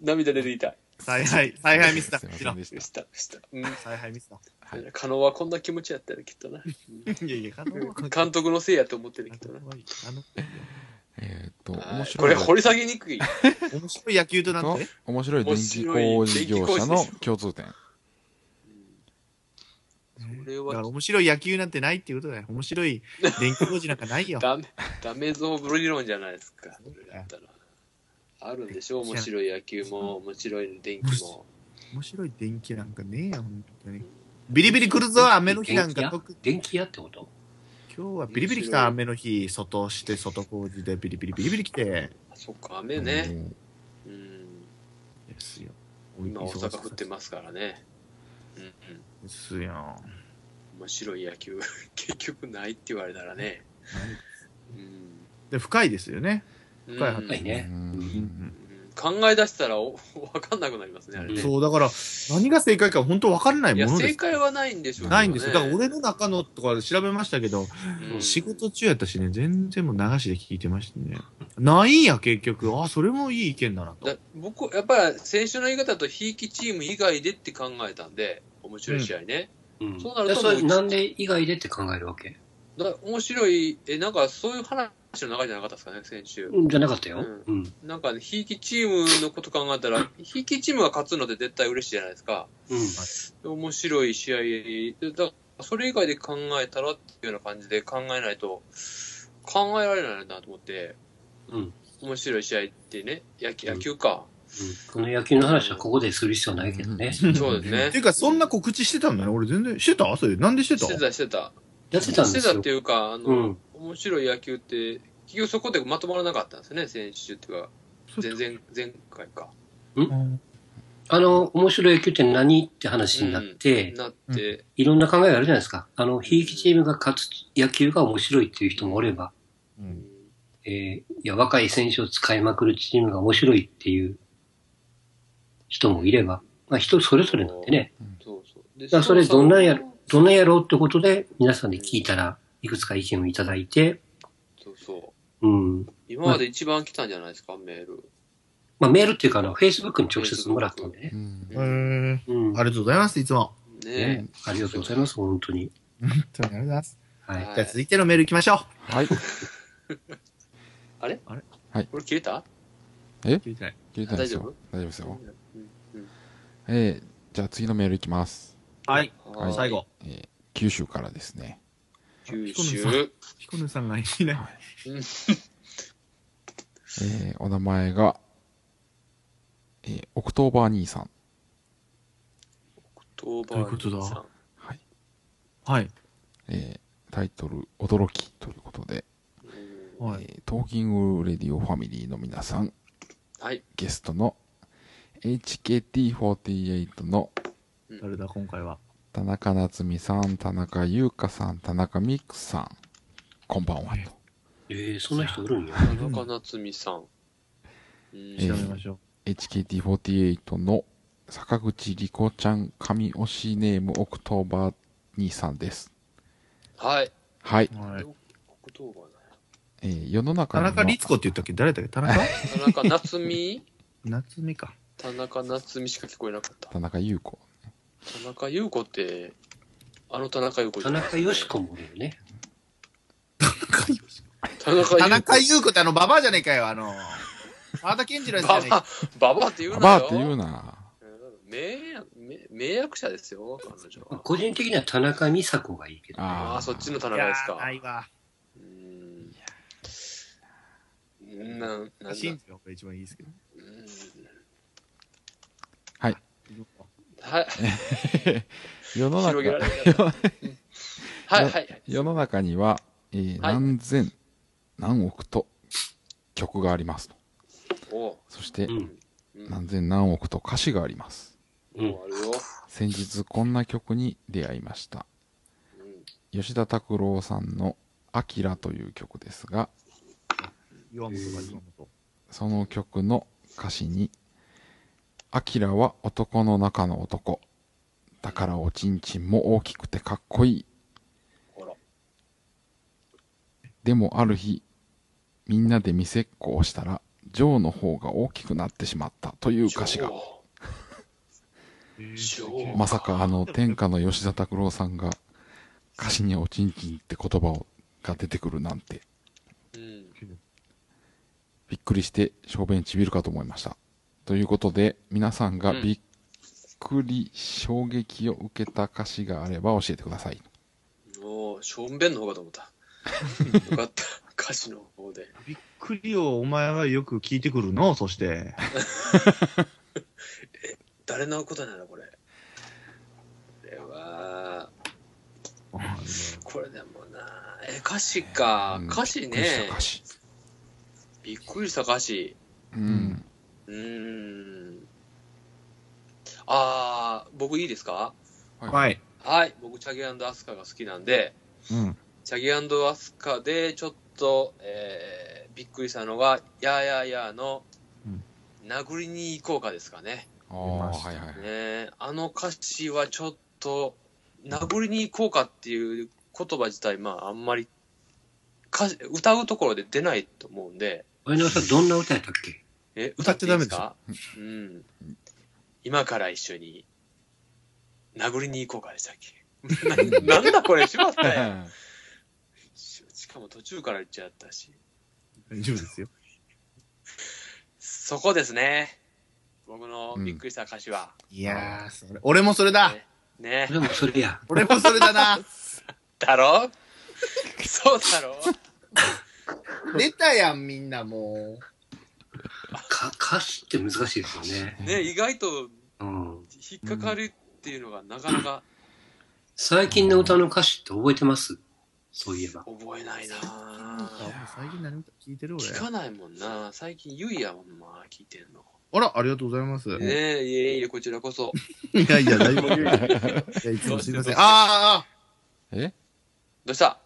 Speaker 4: 涙出ていた。
Speaker 3: う、采配、
Speaker 4: (laughs)
Speaker 3: 采配ミスだ。
Speaker 2: すいま
Speaker 3: も
Speaker 2: せ
Speaker 3: ち
Speaker 2: ん
Speaker 3: ろ
Speaker 2: で
Speaker 3: ん。
Speaker 2: し
Speaker 4: で
Speaker 2: た。
Speaker 4: した、でした。うん。
Speaker 3: 采配ミスだ。
Speaker 4: 加納はこんな気持ちやったよ、きっとな。
Speaker 3: (laughs) いやいや、監
Speaker 4: 監督のせいやと思ってる、きっとな。
Speaker 3: あの、
Speaker 2: えっ、と、
Speaker 4: は
Speaker 2: 面
Speaker 4: い
Speaker 2: 白い。
Speaker 4: これ掘り下げにくい。
Speaker 3: 面白い野球とな
Speaker 2: と
Speaker 3: んて
Speaker 2: 面白い電気工事業者の共通点。
Speaker 4: これ
Speaker 3: だから
Speaker 4: は
Speaker 3: 面白い野球なんてないっていうことだよ。面白い電気工事なんかない
Speaker 4: (laughs)
Speaker 3: よ。
Speaker 4: ダメ、ダメゾーブ理論じゃないですか。
Speaker 3: だよ
Speaker 4: あるんでしょ面白い野球も、面白い電気も。
Speaker 3: 面白い電気なんかねえや、本当に。 (laughs) ビリビリ来るぞ、雨の日なんか。特
Speaker 1: 電気屋ってこと
Speaker 3: 今日はビリビリ来た、雨の日。外して、外工事でビリビリビリビリ来て。
Speaker 4: あそっか、雨ね。
Speaker 2: うん
Speaker 4: うん。
Speaker 3: ですよ。
Speaker 4: 今、大阪降って
Speaker 3: ま
Speaker 4: ますからね。うんうん。
Speaker 3: すよ。
Speaker 4: 面白い野球、 (laughs) 結局ないって言われたらね。うん。
Speaker 3: で、深いですよね。深い話
Speaker 4: うん
Speaker 1: はいね。
Speaker 2: うん
Speaker 4: うん考え出したらお (laughs) わかんなくなりますね、あれね。
Speaker 3: そう、だから、何が正解か本当分からない
Speaker 4: い
Speaker 3: も
Speaker 4: や、
Speaker 3: ので
Speaker 4: 正
Speaker 3: す。
Speaker 4: 解はないんでしょうけどね。
Speaker 3: ないんですよ。だから俺の中のとか調べましたけど、
Speaker 4: うん
Speaker 3: 仕事中やったしね、全然もう流しで聞いてましたね。ないんや、結局。あ、それもいい意見だなと。
Speaker 4: だ僕、やっぱり先週の言い方だと、ひいきチーム以外でって考えたんで、面白い試合ね。
Speaker 1: うん。
Speaker 4: そうなると
Speaker 1: えそれなんで以外でって考えるわけ
Speaker 4: だから面白い、え、なんかそういう話の流れじゃなかったですかね、先週。
Speaker 1: うん、じゃなかったよ。
Speaker 4: う
Speaker 1: うん。
Speaker 4: なんかね、ひいきチームのこと考えたら、ひいきチームが勝つので絶対嬉しいじゃないですか。
Speaker 1: うん。
Speaker 4: 面白い試合で、だからそれ以外で考えたらっていうような感じで考えないと、考えられないなと思って、
Speaker 1: うん
Speaker 4: 面白い試合ってね、野球野球
Speaker 1: (laughs)
Speaker 4: か。
Speaker 1: この野球の話はここでする必要ないけどね。
Speaker 4: そうですね
Speaker 3: ってい。うか、そんな告知してたんだよ。俺全然、してたそれ。なんでして
Speaker 4: して
Speaker 3: た
Speaker 4: た、してた。
Speaker 1: やってたん
Speaker 4: し
Speaker 1: で
Speaker 4: て
Speaker 1: す
Speaker 4: たっ
Speaker 1: よ
Speaker 4: て。いうか、あの、
Speaker 1: うん
Speaker 4: 面白い野球って、結局そこでまとまらなかったんですよね、先週っていうか、前々前回か。
Speaker 1: あの、面白い野球って何って話になって、
Speaker 4: なって、
Speaker 1: いろんな考えがあるじゃないですか。あの、ひいきチームが勝つ野球が面白いっていう人もおれば、
Speaker 3: うん
Speaker 1: えーいや、若い選手を使いまくるチームが面白いっていう人もいれば、まあ人それぞれなんでね、
Speaker 4: そうそう。で
Speaker 1: だからそれ
Speaker 4: 翔さ
Speaker 1: どんなんやろどんなやろうってことで皆さんで聞いたらいくつか意見をいただいて、
Speaker 4: そうそう。
Speaker 1: うん。
Speaker 4: 今まで一番来たんじゃないですか、メール。
Speaker 1: まあメールっていうか、あの、Facebook に直接もらったんでね。
Speaker 2: うん
Speaker 3: えー、
Speaker 1: うん。
Speaker 3: ありがとうございます、いつも。
Speaker 4: ね
Speaker 1: ねありがとうございます、本当に。
Speaker 3: 本当にありがとうございます。
Speaker 1: はい。
Speaker 4: は
Speaker 3: じゃあ続いてのメール行きましょう。
Speaker 2: はい。
Speaker 4: これ切れた
Speaker 2: 聞いたんで
Speaker 4: 大
Speaker 2: す
Speaker 4: 丈
Speaker 2: よ。大丈夫ですよ。
Speaker 4: うん
Speaker 2: えー、じゃあ次のメールいきます。
Speaker 3: はい、
Speaker 2: はい
Speaker 3: 最。後。
Speaker 2: えー九州からですね。
Speaker 4: 九州。
Speaker 3: 彦根さんがいない。
Speaker 2: えーお名前が、えーオクトーバー兄さん。
Speaker 4: どう
Speaker 3: どういうことだ
Speaker 2: はい。
Speaker 3: はい。
Speaker 2: えータイトル、驚きということで、
Speaker 3: はい。
Speaker 2: えートーキングレディオファミリーの皆さん、
Speaker 4: はい。
Speaker 2: ゲストの HKT48 の
Speaker 3: 誰だ、今回は。
Speaker 2: 田中夏実さん、田中優香さん、田中美久さん、こんばんはと。
Speaker 1: えー、そんな人おるんや。
Speaker 4: 田中夏実さん。うん
Speaker 2: え
Speaker 3: 調
Speaker 2: ー
Speaker 3: べましょ
Speaker 2: HKT48 の坂口莉子ちゃん神推しネームオクトーバー兄さんです。
Speaker 4: はい。
Speaker 2: はい。
Speaker 3: う。はい。
Speaker 4: 北東部はない
Speaker 2: えー世の
Speaker 3: 田
Speaker 2: 中には
Speaker 3: 中律子って言ったっけ誰だっけ田中
Speaker 4: 田中夏実
Speaker 3: (laughs) 夏美か。
Speaker 4: 田中夏実しか聞こえなかった。
Speaker 2: 田中優子。
Speaker 4: 田中優子って、あの田中優子じ
Speaker 1: 田
Speaker 4: ゃない
Speaker 1: 中よしこもおるよね。
Speaker 4: 田中優子。
Speaker 3: 田中優子ってあの、ババアじゃねえかよ、あの。沢田健二郎じゃ
Speaker 4: バ
Speaker 3: ねえか。
Speaker 4: バババアって言う
Speaker 2: バ
Speaker 4: なよ。
Speaker 2: バアって言うな。
Speaker 4: 名名名役者ですよ、彼女は。
Speaker 1: 個人的には田中美佐子がいいけど。
Speaker 2: あ
Speaker 4: ああ、そっちの田
Speaker 3: い
Speaker 4: 中
Speaker 3: や
Speaker 4: です
Speaker 3: ー
Speaker 4: か
Speaker 3: な。いわ。
Speaker 4: うーん。なん、なんだ。
Speaker 3: シンジが一番いいですけど。
Speaker 4: うん
Speaker 2: は
Speaker 4: は
Speaker 2: い。
Speaker 4: い。
Speaker 2: 世の
Speaker 4: 広げら
Speaker 2: 中、
Speaker 4: れなかったうんはい、はい、はい。
Speaker 2: 世の中には、えー
Speaker 4: はい
Speaker 2: 何千、何億と曲がありますと。
Speaker 4: おう。
Speaker 2: そして
Speaker 1: う、ん。
Speaker 4: うん
Speaker 2: 何千何億と歌詞があります。
Speaker 1: うん
Speaker 4: おうあるよ。
Speaker 2: 先日こんな曲に出会いました。
Speaker 4: うん
Speaker 2: 吉田拓郎さんのアキラという曲ですが、
Speaker 3: 岩本が岩本。
Speaker 2: その曲の歌詞に、アキラは男の中の男。だからおちんちんも大きくてかっこいい。
Speaker 4: ほら。
Speaker 2: でもある日、みんなで見せっこをしたら、ジョーの方が大きくなってしまったという歌詞が、
Speaker 4: 上
Speaker 2: まさかあの天下の吉田拓郎さんが、歌詞におちんちんって言葉をが出てくるなんて、
Speaker 4: うん。
Speaker 2: びっくりして小便ちびるかと思いました。ということで、皆さんがびっくり、衝撃を受けた歌詞があれば教えてください。
Speaker 4: おう、ションベンの方かと思った。よかった。歌詞の方で。
Speaker 3: びっくりをお前はよく聞いてくるのそして。
Speaker 4: 誰のことなのこれ。これは、これでもな。え、歌詞か
Speaker 2: う。ん
Speaker 4: 歌詞
Speaker 2: びっくりした
Speaker 4: ね。
Speaker 2: 歌詞。
Speaker 4: びっくりした歌詞。
Speaker 2: うん。
Speaker 4: うーん。あー、僕いいですか
Speaker 2: い。
Speaker 3: はい。
Speaker 4: はい、僕、チャギアスカが好きなんで、
Speaker 3: うん。
Speaker 4: チャギアスカでちょっと、えー、びっくりしたのが、やーやーやーの、
Speaker 3: うん
Speaker 4: 殴りに行こうかですかね。
Speaker 2: ああ、
Speaker 8: ま
Speaker 2: は
Speaker 8: した
Speaker 2: いはい。
Speaker 4: ねえあの歌詞はちょっと、殴りに行こうかっていう言葉自体、まああんまり歌詞、歌うところで出ないと思うんで、
Speaker 1: 俺のさん、どんな歌やったっけ
Speaker 4: え、
Speaker 8: 歌
Speaker 4: 歌
Speaker 8: っ
Speaker 4: ってて
Speaker 8: ダ
Speaker 4: ダ
Speaker 8: メで
Speaker 4: メですす
Speaker 8: よ
Speaker 4: かうん。今から一緒に、殴りに行こうかでしたっけななんだこれ、しまったやん。ししかも途中から言っちゃったし。
Speaker 3: 大丈夫ですよ。
Speaker 4: そこですね。僕のびっくりした歌詞は。
Speaker 3: いやー、それ。俺もそれだ
Speaker 4: ね。
Speaker 1: 俺もそれや。
Speaker 3: 俺もそれだな
Speaker 4: だろ (laughs) そうだろ
Speaker 3: 出たやん、みんなも
Speaker 1: か、歌詞って難しいですよね。
Speaker 4: ね、意外と
Speaker 1: うん。
Speaker 4: 引っかかるっていうのがなかなか
Speaker 1: 最近の歌の歌詞って覚えてますそういえば。
Speaker 4: 覚えないな
Speaker 3: う。最近何も聞いてる俺
Speaker 4: 聞。かないもんな最近ゆいやもんな聞いてんの。
Speaker 3: あら、ありがとうございます。
Speaker 4: ねえ、いえいえ、こちらこそ。
Speaker 3: いやいや、大丈夫。いや、いつもすいません。あーあー、あ
Speaker 2: え
Speaker 4: どうした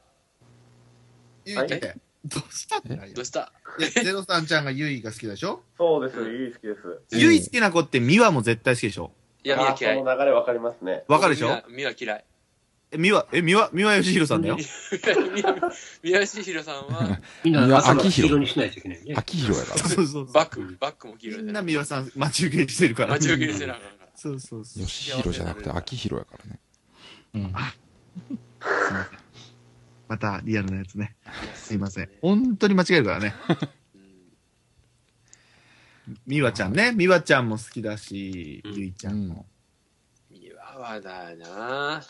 Speaker 3: ー、ゆいって。どうしたってないよ
Speaker 4: どうした
Speaker 3: でゼロさんちゃんがゆいが好きだでしょ
Speaker 5: そうです、いい好きです。
Speaker 2: うん
Speaker 3: ゆい好きな子ってミワも絶対好きでしょ
Speaker 4: いや、み
Speaker 5: あ
Speaker 4: や
Speaker 5: ー
Speaker 4: 嫌い
Speaker 5: そ。の流れわかりますね。
Speaker 3: わかるでしょ
Speaker 4: みや嫌い。 (laughs)
Speaker 3: え、ミワ、え、ミワ、ミワヨシヒロさんだよ。
Speaker 4: みや、みやしひろさん
Speaker 3: (laughs)
Speaker 4: は、
Speaker 1: みん
Speaker 2: いや
Speaker 1: な赤の
Speaker 2: 秋
Speaker 1: 黄
Speaker 2: 広
Speaker 1: 色にしないといけないね。
Speaker 2: 秋広やから。
Speaker 3: そうそうそう。
Speaker 4: バック、バックも黄色
Speaker 3: み
Speaker 4: い
Speaker 3: ん
Speaker 4: じ
Speaker 3: な
Speaker 4: ゃない。
Speaker 3: ミワさん待ち受けにしてるから。
Speaker 4: 待ち受けにしてなあかんから。
Speaker 3: そうそうそう。
Speaker 2: 吉弘じゃなくて秋広やからね。
Speaker 7: うん。
Speaker 3: またリアルなやつね。すいません
Speaker 4: ね。
Speaker 3: 本当に間違えるからね。
Speaker 4: うん
Speaker 3: ミワちゃんね。ミワちゃんも好きだし、ゆいちゃんも。
Speaker 4: ミワはだなぁ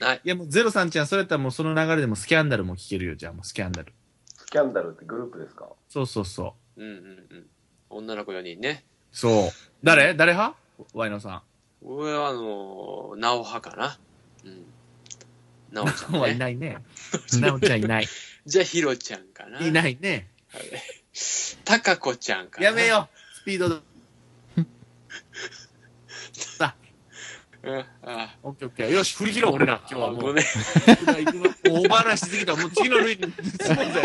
Speaker 4: ない。
Speaker 3: いやもうゼロさんちゃん、それやったらもうその流れでもスキャンダルも聞けるよ、じゃあもうスキャンダル。
Speaker 5: スキャンダルってグループですか
Speaker 3: そうそうそ
Speaker 4: うんうんうん。女の子4人ね。
Speaker 3: う。そう。誰誰派ワイノさ
Speaker 4: 俺はあのー、なお派かな。うん。なおちゃ
Speaker 3: (laughs) ん。はい
Speaker 4: ん、ね。
Speaker 3: ない
Speaker 4: (laughs)
Speaker 3: ね。なおちゃんいない。
Speaker 4: じゃあ、ひろちゃんかな。
Speaker 3: いないね。
Speaker 4: たかこちゃんかな。
Speaker 3: やめよう。スピードだ。さあ、
Speaker 4: う。ん、ああ。
Speaker 3: オッケーオッケー。よし、振り切ろう、俺ら。今日はも
Speaker 4: ご
Speaker 3: う。
Speaker 4: めん。
Speaker 3: もうオーバーランしすぎた。もう次のルイに進もうぜ。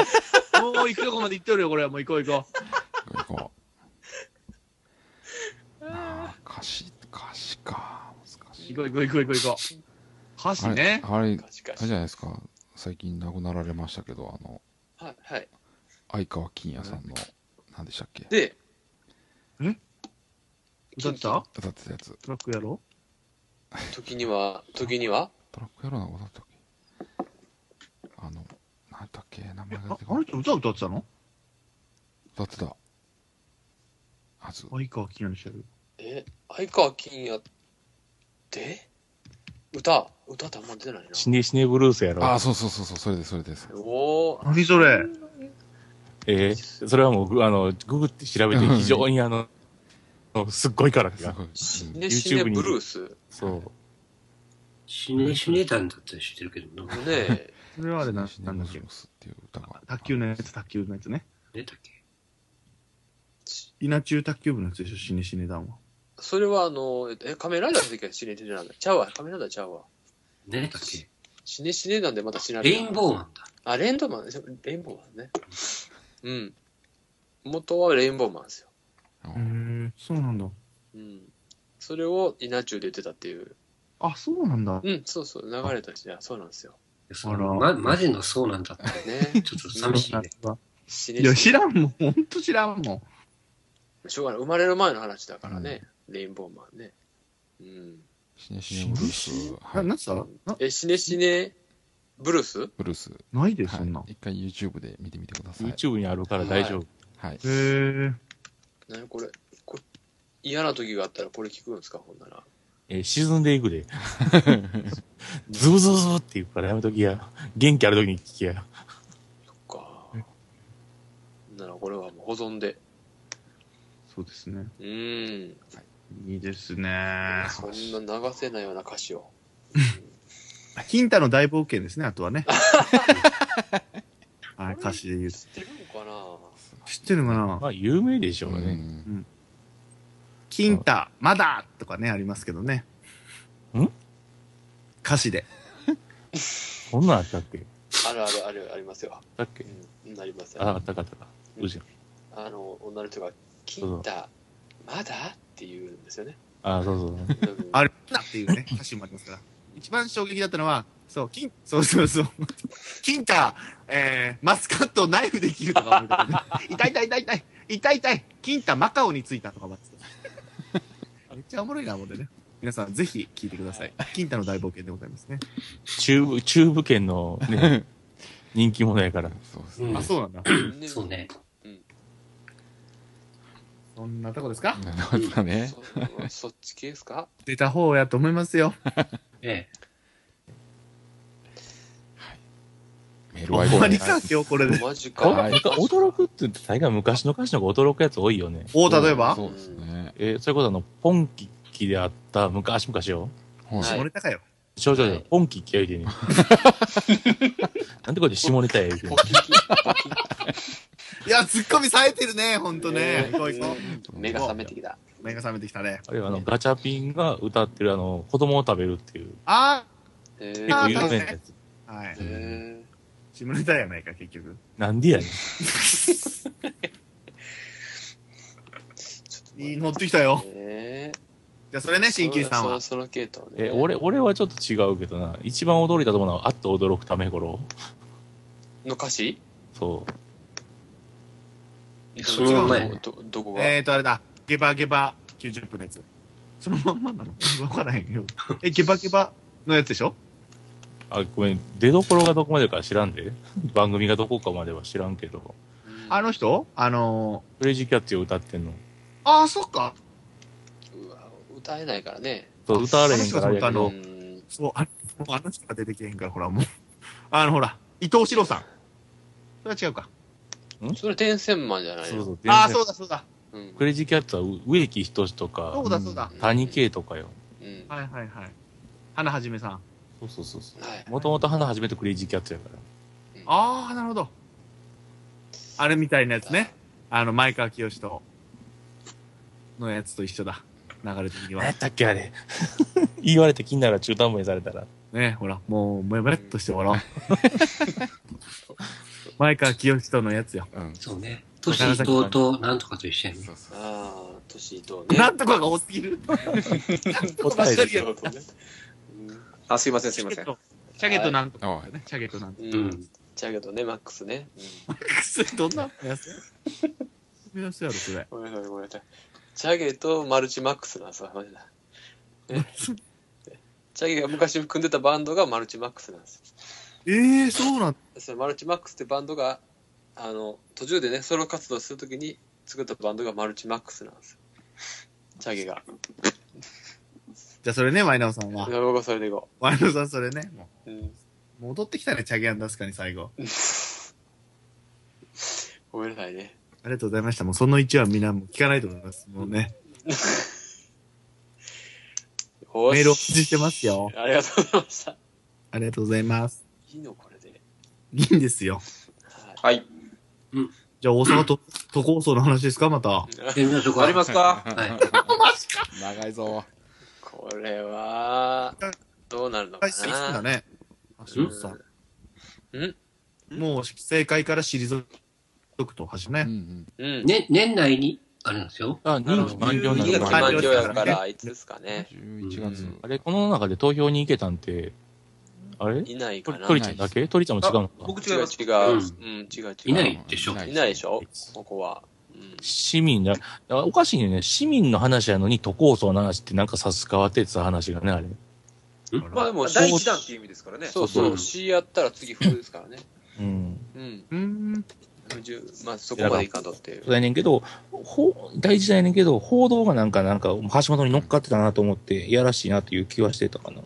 Speaker 3: もう行くとこまで行ってるよ、これは。もう行こう行こう。
Speaker 2: 行こう。なあ、歌詞、歌詞か。難しい
Speaker 3: 行。こう行こう行こう行こう行こう。歌詞
Speaker 2: あれ
Speaker 3: ね、。
Speaker 2: あれ、あれ
Speaker 4: かしか
Speaker 2: じゃ
Speaker 4: し。
Speaker 2: ないですか。最近亡くなられましたけど、あの、
Speaker 4: はい、はい。
Speaker 2: 相川金也さんの、何でしたっけ
Speaker 4: で、
Speaker 3: 歌ってた
Speaker 2: 歌ってたやつ。
Speaker 3: トラックやろ
Speaker 4: 時には、時には、
Speaker 2: トラックやろな、歌ってたっけあの、何だっけ名前が
Speaker 3: あ
Speaker 2: 出て
Speaker 3: あ
Speaker 2: こな
Speaker 3: の
Speaker 2: い。
Speaker 3: 人歌歌ってたの
Speaker 2: 歌ってた。はず。
Speaker 3: 相川きなりしてる。
Speaker 4: え、相川金也って歌、歌ってあんま出てないな。
Speaker 7: 死ね死ねブルースやろ。
Speaker 2: ああ、そうそうそうそう、それです、それです。
Speaker 4: おー、
Speaker 3: 何それ
Speaker 7: えーそれはもうグ、あの、ググって調べて、非常にあの、すっごいから
Speaker 2: すごい。
Speaker 4: 死
Speaker 2: うん
Speaker 4: ね死ね
Speaker 7: YouTube に
Speaker 4: ブルース
Speaker 7: そう。
Speaker 1: 死ね死ねたんだったら知ってるけどな。
Speaker 4: のね、
Speaker 3: それはあれな、なんだっ
Speaker 2: シ
Speaker 3: け
Speaker 2: ネブルースっていう歌が。
Speaker 3: 卓球のやつ、卓球のやつね。
Speaker 1: 出たっけ
Speaker 3: 稲中卓球部のやつでしょ、死ね死ねだんは。
Speaker 4: それはあの、え、仮面ライダーの時は死ね死ねなんだ。ちゃうわ、仮面ライダーちゃうわ。
Speaker 1: 何やったっけ
Speaker 4: 死ね死ねなんでまた死なれ
Speaker 1: レインボーマンだ。
Speaker 4: あ、レインボーマンでしょレインボーマンね。うん。元はレインボーマンですよ。
Speaker 2: あ
Speaker 3: へえ、そうなんだ。
Speaker 4: うん。それを稲中で言ってたっていう。
Speaker 3: あ、そうなんだ。
Speaker 4: うん、そうそう、流れた時はそうなんですよ。
Speaker 1: そのま、
Speaker 3: あ
Speaker 1: マジのそうなんだ
Speaker 3: (laughs)
Speaker 1: ったら
Speaker 4: ね。
Speaker 1: ちょっと寂
Speaker 2: (laughs)
Speaker 1: しいね。
Speaker 4: 死ね
Speaker 3: いや、
Speaker 4: 死
Speaker 3: 知
Speaker 4: ね。
Speaker 3: らんもん。ほんと知らんもん。
Speaker 4: しょうがない。生まれる前の話だからね。レインボーマンね。うん。
Speaker 2: シネシネブルース。は。
Speaker 3: ないなんつったな
Speaker 4: え、死ね死ねブルース
Speaker 2: ブルース。
Speaker 3: ないで、
Speaker 2: は
Speaker 3: そんなん。
Speaker 2: い。一回 YouTube で見てみてください。
Speaker 7: YouTube にあるから大丈夫。
Speaker 2: はい。
Speaker 3: へえ。
Speaker 4: 何これこれ嫌な時があったらこれ聞くんですかほんなら。
Speaker 7: えー沈んでいくで。ズブズブズブって言うからやめときや。元気あるときに聞きや。
Speaker 4: そっか。ほんならこれはもう保存で。
Speaker 3: そうですね。
Speaker 4: うん。
Speaker 3: いいですね。
Speaker 4: そんな流せないような歌詞を。
Speaker 3: 金太の大冒険ですね、あとはね。はい、歌詞で言う。
Speaker 4: 知ってるのかな
Speaker 3: 知ってるのかな
Speaker 7: まあ、有名でしょう
Speaker 2: う
Speaker 7: ね。
Speaker 2: ん
Speaker 3: 金太、まだとかね、ありますけどね。
Speaker 7: ん
Speaker 3: 歌詞で。
Speaker 7: こんなんあったっけ
Speaker 4: あるあるあるありますよ。
Speaker 7: だっけ
Speaker 4: うん、なります
Speaker 7: あ、あ
Speaker 4: あ
Speaker 7: ったかあったか。うじゃん。
Speaker 4: あの、女の人が、金太、まだって言うんですよね。
Speaker 7: あ、そうそう。
Speaker 4: うん
Speaker 3: あれなっていうね、歌詞もありますから。一番衝撃だったのは、そう、金、そうそうそう。金か、えー、マスカットをナイフで切るとか思いた (laughs) けど痛い痛い痛い痛い痛い痛い金太マカオについたとか思ってた (laughs) めっちゃおもろいな、もんでね。皆さん、ぜひ聞いてください。金太の大冒険でございますね。
Speaker 7: 中部、中部圏のね、人気者やから。
Speaker 2: そうです
Speaker 1: うん
Speaker 2: ね
Speaker 3: あ、。そうなんだ。
Speaker 4: で
Speaker 1: そうね。
Speaker 3: そんなとこですか
Speaker 2: な
Speaker 1: (laughs)
Speaker 2: るほどね。
Speaker 4: そそっち系ですか
Speaker 3: 出た方やと思いますよ。
Speaker 1: え
Speaker 2: メールは
Speaker 3: 終わりか、今日これで。
Speaker 4: マジか。
Speaker 7: こ
Speaker 2: はい
Speaker 7: 驚くって、大概昔の歌詞の方が驚くやつ多いよね。
Speaker 3: お、例えば
Speaker 2: そうですね。
Speaker 7: えーそれこそあの、ポンキッキであった昔々よ。
Speaker 2: は。
Speaker 4: はい
Speaker 3: 下ネタかよ。
Speaker 7: 少女
Speaker 4: は
Speaker 7: で
Speaker 4: い
Speaker 7: ポンキッキや言うてんねん。 (laughs) なんでこれで下ネタや言うてんね
Speaker 4: ポ
Speaker 7: ん。
Speaker 4: キキ
Speaker 3: いや、ツッコミ冴えてるね、ほんとね。こういう
Speaker 4: 目が覚めてきた。
Speaker 3: 目が覚めてきたね。
Speaker 7: あるいはあの、ガチャピンが歌ってるあの、子供を食べるっていう、
Speaker 3: あ
Speaker 4: え
Speaker 7: 結構
Speaker 3: あ
Speaker 7: 有
Speaker 3: ー
Speaker 7: 名なやつ。
Speaker 3: ー、はい。
Speaker 4: え
Speaker 3: 下ネタやないか、結局。
Speaker 7: なんでやねん。
Speaker 3: いい乗ってきたよ。
Speaker 4: え
Speaker 3: じゃあそれね、新旧さんは。
Speaker 4: その系統ね。
Speaker 7: え、俺、俺はちょっと違うけどな。一番驚いたと思うのは、あっと驚くため頃。
Speaker 4: の歌詞
Speaker 7: そう。
Speaker 1: えその前、
Speaker 4: ど、どこが
Speaker 3: えーと、あれだ。ゲバゲバ90分のやつ。そのまんまなのわからへんよ。え、ゲバゲバのやつでしょ
Speaker 7: あ、ごめん。出所がどこまでか知らんで。 (laughs) 番組がどこかまでは知らんけど。
Speaker 3: あの人あの
Speaker 7: クレイジーキャッツを歌ってんの。
Speaker 3: ー、ああ、そっか。
Speaker 4: うわ歌えないからね。
Speaker 7: そう、歌われへんからあれや
Speaker 3: あ
Speaker 7: け
Speaker 3: の
Speaker 7: ど
Speaker 4: う。ん
Speaker 3: そう、あもうあの人が出てけへんから、ほら、もう。あの、ほら、伊藤四郎さん。それは違うか。
Speaker 4: それ、天線マンじゃない
Speaker 7: そう
Speaker 4: の
Speaker 7: そう。
Speaker 3: ああ、そううだ、そうだ。
Speaker 4: うん
Speaker 7: クレイジーキャッツは植木仁と
Speaker 3: そ
Speaker 7: か
Speaker 3: う、だ、そうだ。
Speaker 7: 谷圭とかよ。
Speaker 4: うんは
Speaker 3: はいはいはい。花はじめさん。
Speaker 7: そうそうそうそ。
Speaker 4: いう
Speaker 7: もともと花始めてクレイジーキャッツやから。
Speaker 3: ああ、なるほど。あれみたいなやつね。あの、前川清と、のやつと一緒だ。流れ的には
Speaker 7: 何や。ったっけあれ。 (laughs) 言われて気になら中途半端にされたら。
Speaker 3: ねほら、もう、もやもやっとして終わろう。前川清とのやつよ。
Speaker 2: うん。そ
Speaker 1: そうね。都市伊藤となんとかと一緒やね
Speaker 2: う。そうそう。
Speaker 4: ああ、年伊藤ね。
Speaker 3: なんとかが多すぎる。
Speaker 7: 答えで
Speaker 4: いやそうね
Speaker 5: あ、すいません、すいません。
Speaker 3: チャゲとなんとか
Speaker 2: おい
Speaker 3: ね。チャゲとなんとか。
Speaker 4: うん。
Speaker 1: う
Speaker 4: うん
Speaker 1: ん。
Speaker 4: ちゃうけどね、マックスね。うん
Speaker 3: どんなやつ目指すやろ、それ。
Speaker 4: ごめんなさい、ごめんなさい。チャゲとマルチマックスなんですわ、マ (laughs) ジだ。えチャゲが昔組んでたバンドがマルチマックスなんですよ
Speaker 3: ええそうなん
Speaker 4: そのマルチマックスってバンドがあの途中でねソロ活動するときに作ったバンドがマルチマックスなんですよチャゲが
Speaker 3: じゃあ、それね、ワイナオさんは。
Speaker 4: 僕はそれでいこ
Speaker 3: ワイナオさん、それね。も
Speaker 4: う、うん、
Speaker 3: う戻ってきたね、チャゲアンダスカに最後。
Speaker 4: ごめんなさいね
Speaker 3: ありがとうございました。もうその1話みんなもう聞かないと思います。もうね。
Speaker 4: よし
Speaker 3: メールお待ちしてますよ
Speaker 4: ありがとうございました
Speaker 3: ありがとうございます。
Speaker 4: いいのこれで、
Speaker 3: いいんですよ。
Speaker 4: は
Speaker 5: はい。
Speaker 3: じゃあ、大阪と、都構想の話ですかまた。
Speaker 1: (laughs) やりましょうか。
Speaker 5: ありますか
Speaker 1: はい。
Speaker 2: 長いぞ。
Speaker 4: これはどうなるのか
Speaker 3: 大好きだ
Speaker 4: な、
Speaker 3: ね。橋本さん。
Speaker 4: ん
Speaker 3: もう、正解から退くと、橋
Speaker 2: うんう
Speaker 3: ね。
Speaker 2: ん。
Speaker 4: うん
Speaker 1: ね、年内に、あれなんですよ。
Speaker 7: あ、任期満了な
Speaker 4: 2
Speaker 7: の
Speaker 4: 月
Speaker 7: か。
Speaker 4: 満了やからいつですかね
Speaker 2: 11月。
Speaker 7: あれ、この中で投票に行けたんて、あれ
Speaker 4: いないか
Speaker 7: 鳥
Speaker 4: な
Speaker 7: 鳥ちゃんだけ鳥ちゃんも違うのか
Speaker 5: 僕
Speaker 4: 違
Speaker 5: 違いうます。
Speaker 4: 違う、うん
Speaker 1: うん
Speaker 4: 違う違う
Speaker 1: いないでしょ
Speaker 4: いないでしょここは、うん
Speaker 7: 市民だ。あおかしいよね。市民の話やのに都構想の話ってなんかさすがわってた話がね、あれ。
Speaker 4: まあでも
Speaker 5: 第一弾っていう意味ですからね。
Speaker 4: そうそうう、
Speaker 1: ん
Speaker 4: C やったら次フですからね。
Speaker 7: うん。
Speaker 4: うん。
Speaker 3: うーん。
Speaker 4: 10まあそこまでいかんとっていう
Speaker 7: そう。やねんけど、ほう大事だやねんけど、報道がなんか、なんか、橋本に乗っかってたなと思って、いやらしいなという気はしてたかな。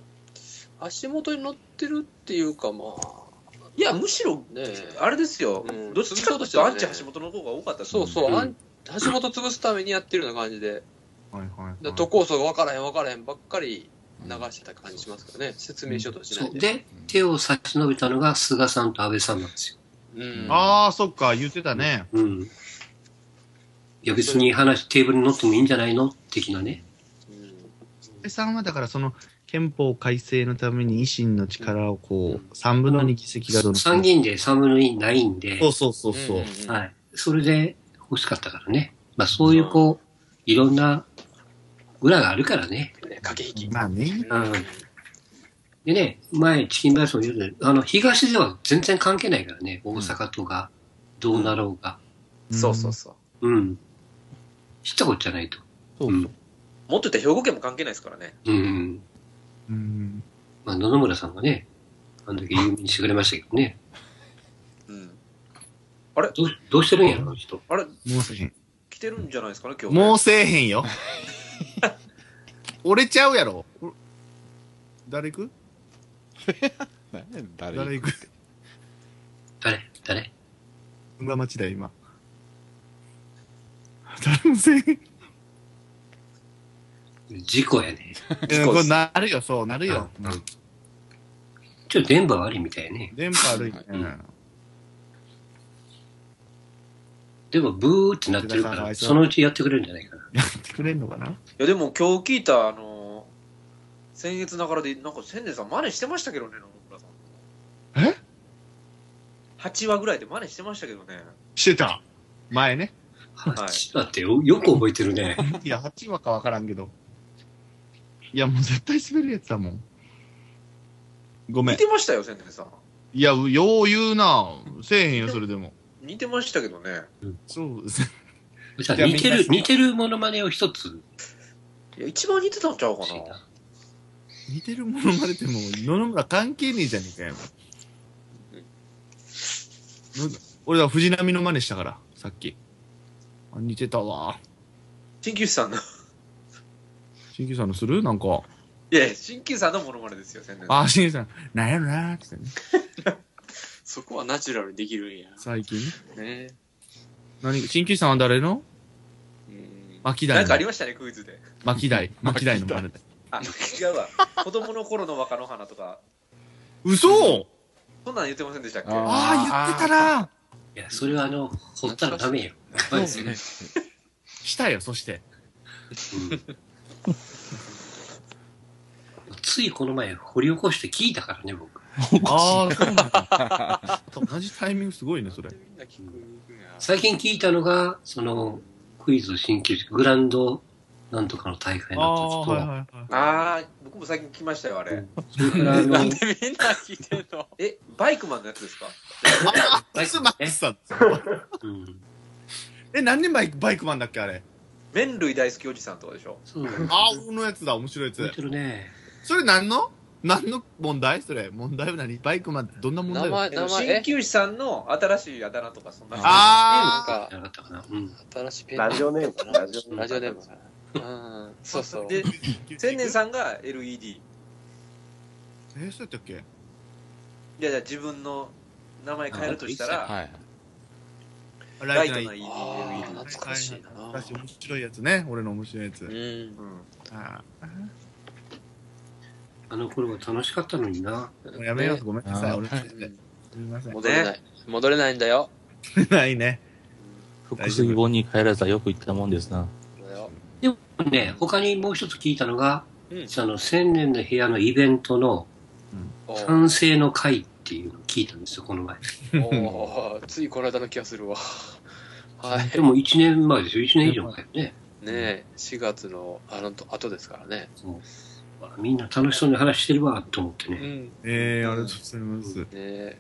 Speaker 4: 足元に乗ってるっていうか、まあ、
Speaker 5: いや、むしろ、
Speaker 4: ね
Speaker 5: あれですよ
Speaker 4: う。ん
Speaker 5: どっちかとしてアンチ橋本の方が多かったです
Speaker 4: そ
Speaker 5: よ
Speaker 4: うそう、
Speaker 1: うん
Speaker 4: あん橋本潰すためにやってるような感じで、
Speaker 3: はいはい、
Speaker 4: で
Speaker 3: はい。
Speaker 4: 都構想が分からへん分からへんばっかり
Speaker 2: うん
Speaker 4: 流してた感じしますからね、説明しようとし
Speaker 1: そ。
Speaker 4: ないうで。
Speaker 1: で、手を差し伸べたのが菅さんと安倍さんなんですよ。
Speaker 4: うん。
Speaker 3: ああ、そっか、言ってたね。
Speaker 1: うん。いや別に話、テーブルに乗ってもいいんじゃないの的なね。
Speaker 4: うん
Speaker 3: 安倍さんはだから、その、憲法改正のために維新の力をこ
Speaker 4: う
Speaker 3: う、3分の2議席がどの
Speaker 1: 参議院で3分の2ないんで
Speaker 3: そ、うそうそう
Speaker 4: うん
Speaker 3: そう。
Speaker 4: ん
Speaker 1: はい。それで欲しかったからね。まあそういうこう、いろんな裏があるからね。
Speaker 9: ね駆け引き。
Speaker 6: まあね。
Speaker 1: うん。でね、前、チキンバイソン言うてたあの、東では全然関係ないからね、大阪とか、どうなろうが。
Speaker 9: そうそうそう。
Speaker 1: うん。知ったことじゃないと。
Speaker 7: そう
Speaker 1: うん。
Speaker 4: もっと言ったら兵庫県も関係ないですからね。
Speaker 1: うん。
Speaker 6: うん。
Speaker 1: まあ、野々村さんがね、あの時有名にしてくれましたけどね。
Speaker 4: うん。
Speaker 1: どうどうしてるんやろ、あの人。
Speaker 4: あれ、
Speaker 6: もうせへん。
Speaker 4: 来てるんじゃないですかね、今日。
Speaker 6: もうせえへんよ。折れちゃうやろ。お誰行く
Speaker 2: 誰誰
Speaker 6: 誰行く
Speaker 1: 誰誰
Speaker 6: 村町だよ、今。誰もせえへん。うん
Speaker 1: 事故やね。
Speaker 6: これなるよ、そう、なるよ。
Speaker 1: うんちょっと電波悪いみたいね。
Speaker 6: 電波悪いね。
Speaker 1: うんでも、ブーってなってるから、そのうちやってくれるんじゃないかな。
Speaker 6: やってくれんのかない
Speaker 4: や、でも今日聞いた、あのー、先月ながらで、なんか千年さん真似してましたけどね、野々村さん。
Speaker 6: え
Speaker 4: ?8 話ぐらいで真似してましたけどね。
Speaker 6: してた。前ね。
Speaker 4: い
Speaker 1: だってよ、よく覚えてる
Speaker 6: (laughs)
Speaker 1: ね。
Speaker 6: いや、8話かわからんけど。いや、もう絶対滑るやつだもん。ごめ
Speaker 4: 似
Speaker 6: ん。
Speaker 4: てましたよ、千年さん。
Speaker 6: いや、よう言うなせえへんよ、それでも。
Speaker 4: 似てましたけどね。
Speaker 6: そう。
Speaker 1: じゃあ似てる、似てるモノマネを一つ
Speaker 4: いや、一番似てたんちゃうか
Speaker 1: 教えて
Speaker 4: な。
Speaker 6: 似てるものまでても、野々村関係ねえじゃねえかよ。の俺は藤波の真似したから、さっき。あ似てたわ。
Speaker 4: 鍼灸師さんの。 (laughs)
Speaker 6: 新旧さんのするなんか。
Speaker 4: いや、鍼灸師さんのものまねですよ、千年さん。
Speaker 6: あ、新旧さん、なんやろなーってね。
Speaker 9: そこはナチュラルにできるんや。
Speaker 6: 最近ね。
Speaker 9: ね
Speaker 6: 何、新旧さんは誰の
Speaker 9: うん。
Speaker 6: 巻
Speaker 4: な
Speaker 6: 代
Speaker 4: んかあり
Speaker 6: の。
Speaker 4: ましたね、クイズで。
Speaker 6: 巻代。巻代の真似だ。
Speaker 4: あ、違うわ。子供の頃の若の花とか、
Speaker 6: 嘘
Speaker 4: そんなん言ってませんでしたっけ
Speaker 2: あ
Speaker 6: ああ、言ってたなー
Speaker 1: いや、それはあの、ほったらダメよ。やばいですよね。
Speaker 6: したよ、そして。 (laughs)
Speaker 1: うんついこの前掘り起こして聞いたからね、僕。
Speaker 6: ああ、そうなんだ。同じタイミングすごいね、それ。
Speaker 9: みんな聞くんや。
Speaker 1: 最近聞いたのが、その、クイズ新旧式、グランドなんとかの大会
Speaker 6: あ
Speaker 1: の
Speaker 6: あ、
Speaker 1: 時
Speaker 6: は
Speaker 1: と、
Speaker 6: いはいはい。
Speaker 4: あー、僕も最近聞きましたよ、あ
Speaker 1: う
Speaker 4: れ
Speaker 1: ん。それからあの、
Speaker 9: なんでみんな聞いてんの
Speaker 4: え、バイクマンのやつですか
Speaker 6: あ、スマックスさん。
Speaker 1: うん、
Speaker 6: え、何年前バイクマンだっけ、あれ。
Speaker 4: 麺類大好きおじさんとかでしょ
Speaker 1: そうなんだ。
Speaker 6: あー、のやつだ、面白いや
Speaker 1: 覚え
Speaker 6: つ。
Speaker 1: てるね。
Speaker 6: それ何の何の問題それ。問題は何バイクマンってどんな問題
Speaker 7: 名
Speaker 6: だ
Speaker 7: 前、名前、
Speaker 4: 鍼
Speaker 7: え
Speaker 4: 灸師さんの新しいあだ名とかそんな
Speaker 6: あ
Speaker 1: じゃなかったかな。うん。
Speaker 9: 新しいペン
Speaker 5: ラジオネーム、ラジオネーム。
Speaker 9: ラジオネームかな。うん。そうそう。
Speaker 4: で、
Speaker 6: ー
Speaker 4: 千年さんが LED。
Speaker 6: えー、そうやったっけ
Speaker 4: いやいや、自分の名前変えるとしたら、
Speaker 2: はい。
Speaker 6: あ
Speaker 4: ラ
Speaker 6: ラ
Speaker 4: イ
Speaker 6: イ
Speaker 4: ト
Speaker 6: ト
Speaker 4: の
Speaker 6: の
Speaker 4: LED
Speaker 6: いい。
Speaker 4: LED
Speaker 9: ああ、懐かしいな。
Speaker 6: 昔面白いやつね。俺の面白いやつ。
Speaker 9: うん。
Speaker 4: う
Speaker 6: あ
Speaker 1: あの頃は楽しかったのにな。
Speaker 6: ーもうやめよう。ごめんなさい。
Speaker 2: あー
Speaker 6: 俺のせいで
Speaker 9: ね
Speaker 6: すみません。
Speaker 9: 戻れない。戻れないんだよ。
Speaker 6: ないね。
Speaker 7: 福杉本に帰らずはよく言ったもんですな。
Speaker 1: ね、他にもう一つ聞いたのが、
Speaker 9: うん
Speaker 1: その、千年の部屋のイベントの
Speaker 9: おー
Speaker 1: 賛成の会っていうのを聞いたんですよ、この前。
Speaker 9: おーついこの間の気がするわ。はい。
Speaker 1: でも1年前ですよ、1年以上前よね。
Speaker 9: ねえ、4月のあのと後ですからね。
Speaker 1: そうわみんな楽しそうに話してるわ、と思って
Speaker 9: う
Speaker 1: ね。
Speaker 9: ん。ね
Speaker 6: えー、ありがとうございます。
Speaker 9: え。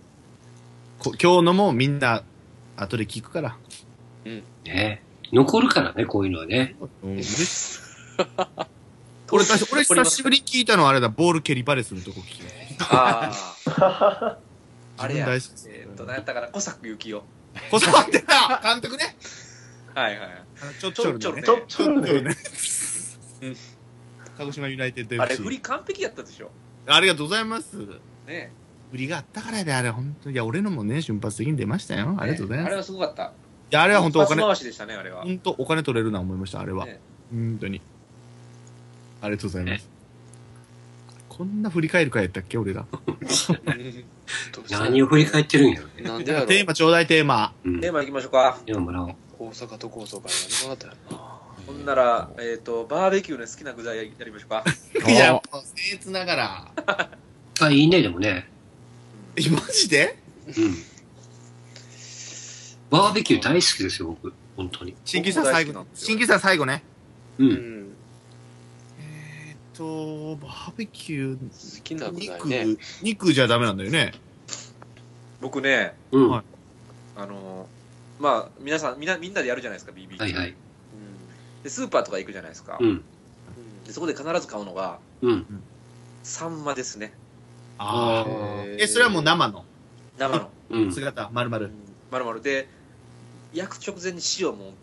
Speaker 6: こ今日のもみんな、後で聞くから。
Speaker 1: ね残るからね、こういうのはね。
Speaker 6: うん、俺、確か俺久しぶりに聞いたのはあれだ、ボール蹴りバレするとこ聞きました
Speaker 4: ああ。
Speaker 6: (laughs)
Speaker 4: あれや、え
Speaker 6: 大好きです
Speaker 4: ーっと、なんやったかな、小作ゆきよ。
Speaker 6: こそってな、監督ね。
Speaker 4: はいはい。
Speaker 6: ちょ、
Speaker 4: ちょろちょろね
Speaker 5: ちょ、ちょ、
Speaker 4: う
Speaker 5: ね、
Speaker 4: ん
Speaker 6: 鹿児島ユナイテッド
Speaker 4: あれ、振
Speaker 6: FC
Speaker 4: り完璧やったでしょ。
Speaker 6: ありがとうございます。
Speaker 4: ね
Speaker 6: 振りがあったからやで、あれ、本当に。いや、俺のもね、瞬発的に出ましたよ。ありがとうござい
Speaker 4: ねあ
Speaker 6: ます。
Speaker 4: れ
Speaker 6: い
Speaker 4: はすごかった。
Speaker 6: や、あ
Speaker 4: あ
Speaker 6: れは本当お金、
Speaker 4: 回しでしたね、あれは。
Speaker 6: 本当お金取れるな思いました、あれは
Speaker 4: ね。
Speaker 6: 本当に。ありがとうございます。こんな振り返るかやったっけ、俺が。
Speaker 9: どうした
Speaker 1: 何を振り返ってるんやろね。
Speaker 9: なんでやろ
Speaker 6: テーマちょうだい、テーマ。
Speaker 1: うん
Speaker 4: テーマいきましょうか。
Speaker 1: でももらおう。
Speaker 9: 大阪都構想会はなかったよ
Speaker 4: ほんなら、えーっと、バーベキューの好きな具材やりましょうか。
Speaker 6: (laughs)
Speaker 4: (laughs)
Speaker 6: いや、もう僭越ながら。
Speaker 1: あ、いいね、でもね。
Speaker 6: え、マジで
Speaker 1: うん。バーベキュー大好きですよ、僕。本当に。
Speaker 6: 新規さん最後
Speaker 4: 僕も大好きなん
Speaker 6: の。
Speaker 4: ですよ
Speaker 6: 新規さん最後ね。
Speaker 1: う。
Speaker 9: うんん。
Speaker 6: えーっと、バーベキュー、
Speaker 9: 好きな具材
Speaker 6: 肉、 (laughs)
Speaker 9: ね。
Speaker 6: 肉じゃダメなんだよね。
Speaker 4: 僕ね、
Speaker 1: うん。
Speaker 6: は
Speaker 1: は
Speaker 4: あのーまあ、皆さん、みんな、みんなでやるじゃないですか、BB。
Speaker 1: いはい。
Speaker 4: で、スーパーとか行くじゃないですか。
Speaker 1: うん。
Speaker 4: でそこで必ず買うのが、
Speaker 1: うん。
Speaker 4: サンマですね。
Speaker 6: ああ。
Speaker 1: ー
Speaker 6: え、それはもう生の
Speaker 4: 生の。
Speaker 1: うん。
Speaker 6: 姿、丸々。
Speaker 4: まるまるで、焼く直前に塩もう、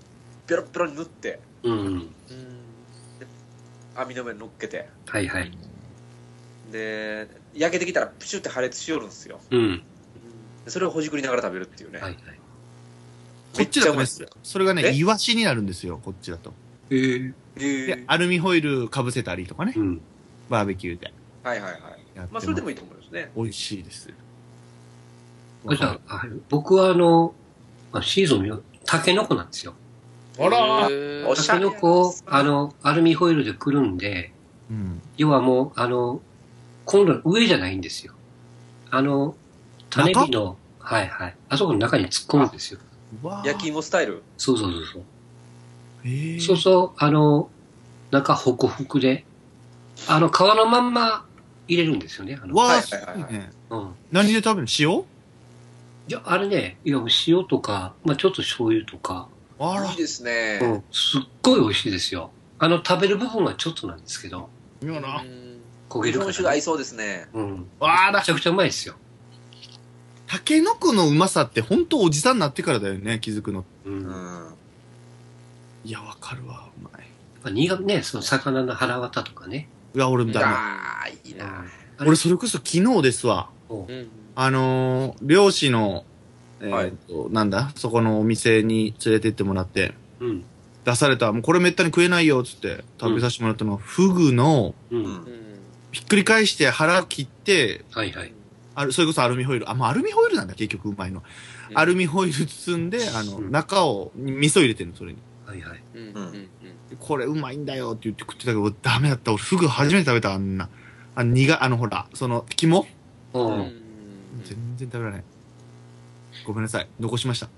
Speaker 4: ベロッベロに塗って、
Speaker 1: うん。
Speaker 4: で網の上に乗っけて、
Speaker 1: はいはい。
Speaker 4: で、焼けてきたらプシュって破裂しよるんですよ。
Speaker 1: うん。
Speaker 4: でそれをほじくりながら食べるっていうね。
Speaker 1: はいはい。
Speaker 6: こっちだとね、
Speaker 4: すよ。
Speaker 6: それがね、
Speaker 4: え
Speaker 6: イワシになるんですよ、こっちだと。
Speaker 1: ええ。
Speaker 4: えー
Speaker 6: で、アルミホイルかぶせたりとかね
Speaker 1: う、ん。
Speaker 6: バーベキューで
Speaker 4: はいはいはい。
Speaker 6: やって
Speaker 4: まあ、
Speaker 6: ます。
Speaker 4: それでもいいと思いますね。
Speaker 6: 美味しいです。
Speaker 1: あじゃああ僕はあの、まあ、シーズンよ、タケノコなんですよ。
Speaker 9: あら
Speaker 4: おし
Speaker 1: タ
Speaker 4: ゃ
Speaker 1: ケ
Speaker 4: れ
Speaker 1: ノコを、あの、アルミホイルでくるんで、
Speaker 6: うん。
Speaker 1: 要はもう、あの、今度は上じゃないんですよ。あの、種火の、はいはい。あそこの中に突っ込むんですよ。
Speaker 6: うわー
Speaker 4: 焼き芋スタイル。
Speaker 1: そうそうそうそう。
Speaker 6: へー
Speaker 1: そうそう、あの、中ホクホクで、あの、皮のまんま入れるんですよね。あの
Speaker 6: わ
Speaker 4: はい
Speaker 6: あ、
Speaker 4: はいはいはい
Speaker 6: すごいね
Speaker 1: うん。
Speaker 6: 何で食べるの
Speaker 1: いや、あれね、いや、塩とか、まあちょっと醤油とか、
Speaker 6: 塩あ
Speaker 4: いいですね。
Speaker 1: うん、すっごい美味しいですよ。あの、食べる部分はちょっとなんですけど、
Speaker 6: ら、妙
Speaker 9: う
Speaker 6: な。
Speaker 9: ん
Speaker 1: 焦げ
Speaker 4: 日
Speaker 1: るか
Speaker 4: 本酒が
Speaker 1: ら、
Speaker 4: 合
Speaker 1: ね
Speaker 4: い。そうですね。
Speaker 1: うん。
Speaker 6: わ
Speaker 1: め
Speaker 6: ら
Speaker 1: ち、ゃくちゃうまいですよ。
Speaker 6: タケノコのうまさって本当おじさんになってからだよね、気づくの。
Speaker 1: う。
Speaker 4: うん
Speaker 1: やっ
Speaker 4: ん。
Speaker 6: いや、わかるわ、うまい。
Speaker 1: ぱ新潟ね、その魚の腹渡とかね。
Speaker 6: うわ、俺もダメ。
Speaker 4: ああ、いいな。
Speaker 1: あ
Speaker 6: 俺、それこそ昨日ですわ。
Speaker 9: うん。
Speaker 6: あのー、漁師の、え
Speaker 4: は
Speaker 6: ー
Speaker 4: い
Speaker 6: っと、なんだ、そこのお店に連れてってもらって、
Speaker 1: うん。
Speaker 6: 出された、もうこれめったに食えないよ、つって、食べさせてもらったのは、フグの、
Speaker 1: う。
Speaker 4: うんん。
Speaker 9: うん。
Speaker 6: ひっくり返して腹切って、
Speaker 1: はいはい。
Speaker 6: ある、それこそアルミホイル。あ、もうアルミホイルなんだ、結局、うまいの。
Speaker 9: うん
Speaker 6: アルミホイル包んで、あの、
Speaker 1: うん
Speaker 6: 中を、味噌入れてんの、それに。
Speaker 1: はいはい。
Speaker 9: うん。うん。
Speaker 4: う
Speaker 9: うんん。
Speaker 6: これうまいんだよって言って食ってたけど、ダメだった。俺、フグ初めて食べた、あんな。あ、苦、あの、ほら、その、肝
Speaker 1: う。
Speaker 9: うんん
Speaker 6: 全然食べられない。ごめんなさい。残しました。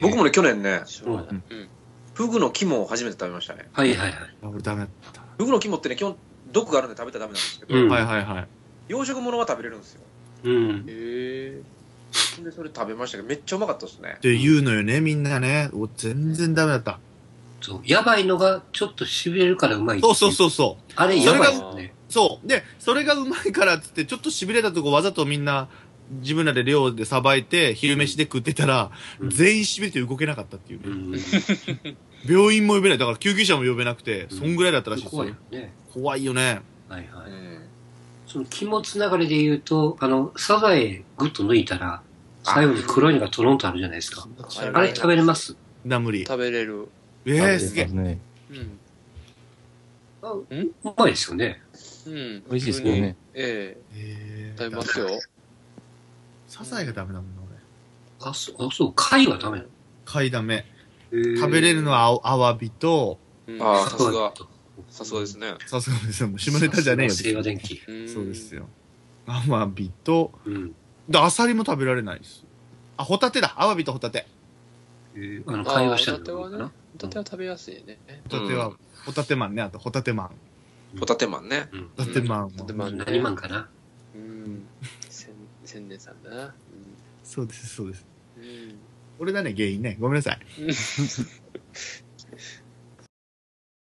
Speaker 4: 僕もね、去年ね、
Speaker 9: しょうがない。うん。
Speaker 4: フグの肝を初めて食べましたね。
Speaker 1: はいはいはい。
Speaker 6: あ俺、ダメだった。
Speaker 4: フグの肝ってね、基本、毒があるんで食べたらダメなんですけど、
Speaker 1: うん
Speaker 6: はいはいはい。
Speaker 4: 養殖物は食べれるんですよ。
Speaker 1: うん。
Speaker 9: へえ。
Speaker 4: で、それ食べましたけど、めっちゃうまかったですね
Speaker 6: っ。て言うのよね、みんなね。お全然ダメだった。
Speaker 1: そう。やばいのが、ちょっと痺れるからうまいってい
Speaker 6: そうそうそうそう。
Speaker 1: あれ、
Speaker 6: そ
Speaker 1: や
Speaker 6: れ
Speaker 1: ば
Speaker 6: が
Speaker 1: いですね。
Speaker 6: そう。で、それがうまいからっつって、ちょっと痺れたとこわざとみんな、自分らで漁でさばいて、昼飯で食ってたら、
Speaker 1: うん
Speaker 6: 全員痺れて動けなかったっていう
Speaker 1: う
Speaker 6: ね。
Speaker 1: ん。
Speaker 6: 病院も呼べない。だから救急車も呼べなくて、
Speaker 1: うん
Speaker 6: そんぐらいだったらしいですよ
Speaker 1: 怖いよね。
Speaker 6: 怖いよね。
Speaker 1: はいは
Speaker 4: う
Speaker 1: い。
Speaker 4: ん。
Speaker 1: その肝つながりで言うと、あの、サザエグッと抜いたら、最後に黒いのがトロンとあるじゃないですか。
Speaker 9: あ
Speaker 1: あれ食べれます
Speaker 6: な、無理。
Speaker 9: 食べれる。
Speaker 6: えー、すげえ。
Speaker 7: ね。
Speaker 9: うん。
Speaker 1: うまいですよね。
Speaker 9: うん。
Speaker 7: 美味しいですけどね。
Speaker 9: え
Speaker 6: え
Speaker 9: え。
Speaker 6: ー
Speaker 9: 食べますよ。
Speaker 6: サザエがダメだもんな、俺。
Speaker 1: あ、そう、あそう貝はダメなの
Speaker 6: 貝ダメ。
Speaker 1: 食
Speaker 6: 食べれるのは青アワビと、
Speaker 9: うん
Speaker 4: ああ、さ
Speaker 1: そ
Speaker 4: す
Speaker 1: う
Speaker 4: が
Speaker 1: だ。
Speaker 4: さすがですね。
Speaker 6: さす (laughs) がですよ。もう下ネタじゃねえよ。
Speaker 1: さすが清和電機。
Speaker 9: うん
Speaker 6: そうですよ。アワビと、
Speaker 1: うん。
Speaker 6: で、アサリも食べられないです。あ、ホタテだ。アワビとホタテ。
Speaker 1: あの、
Speaker 9: あ
Speaker 1: 会
Speaker 9: あ、
Speaker 1: 話し
Speaker 9: ホ
Speaker 1: た
Speaker 9: タ
Speaker 1: のか
Speaker 9: テはね
Speaker 1: な。
Speaker 9: ホタテは食べやすいね。
Speaker 6: ホタテは、
Speaker 4: う
Speaker 6: ホタテマンね。あと、ホタテマン。
Speaker 4: ホタテマンね。
Speaker 1: うん。
Speaker 6: ホタテマンは
Speaker 9: ホタテマンね
Speaker 1: 何マンかな
Speaker 9: うん。せん、千年さんだな。
Speaker 6: そうです、そうです。
Speaker 9: うん。
Speaker 6: 俺だね、原因ね。ごめんなさい。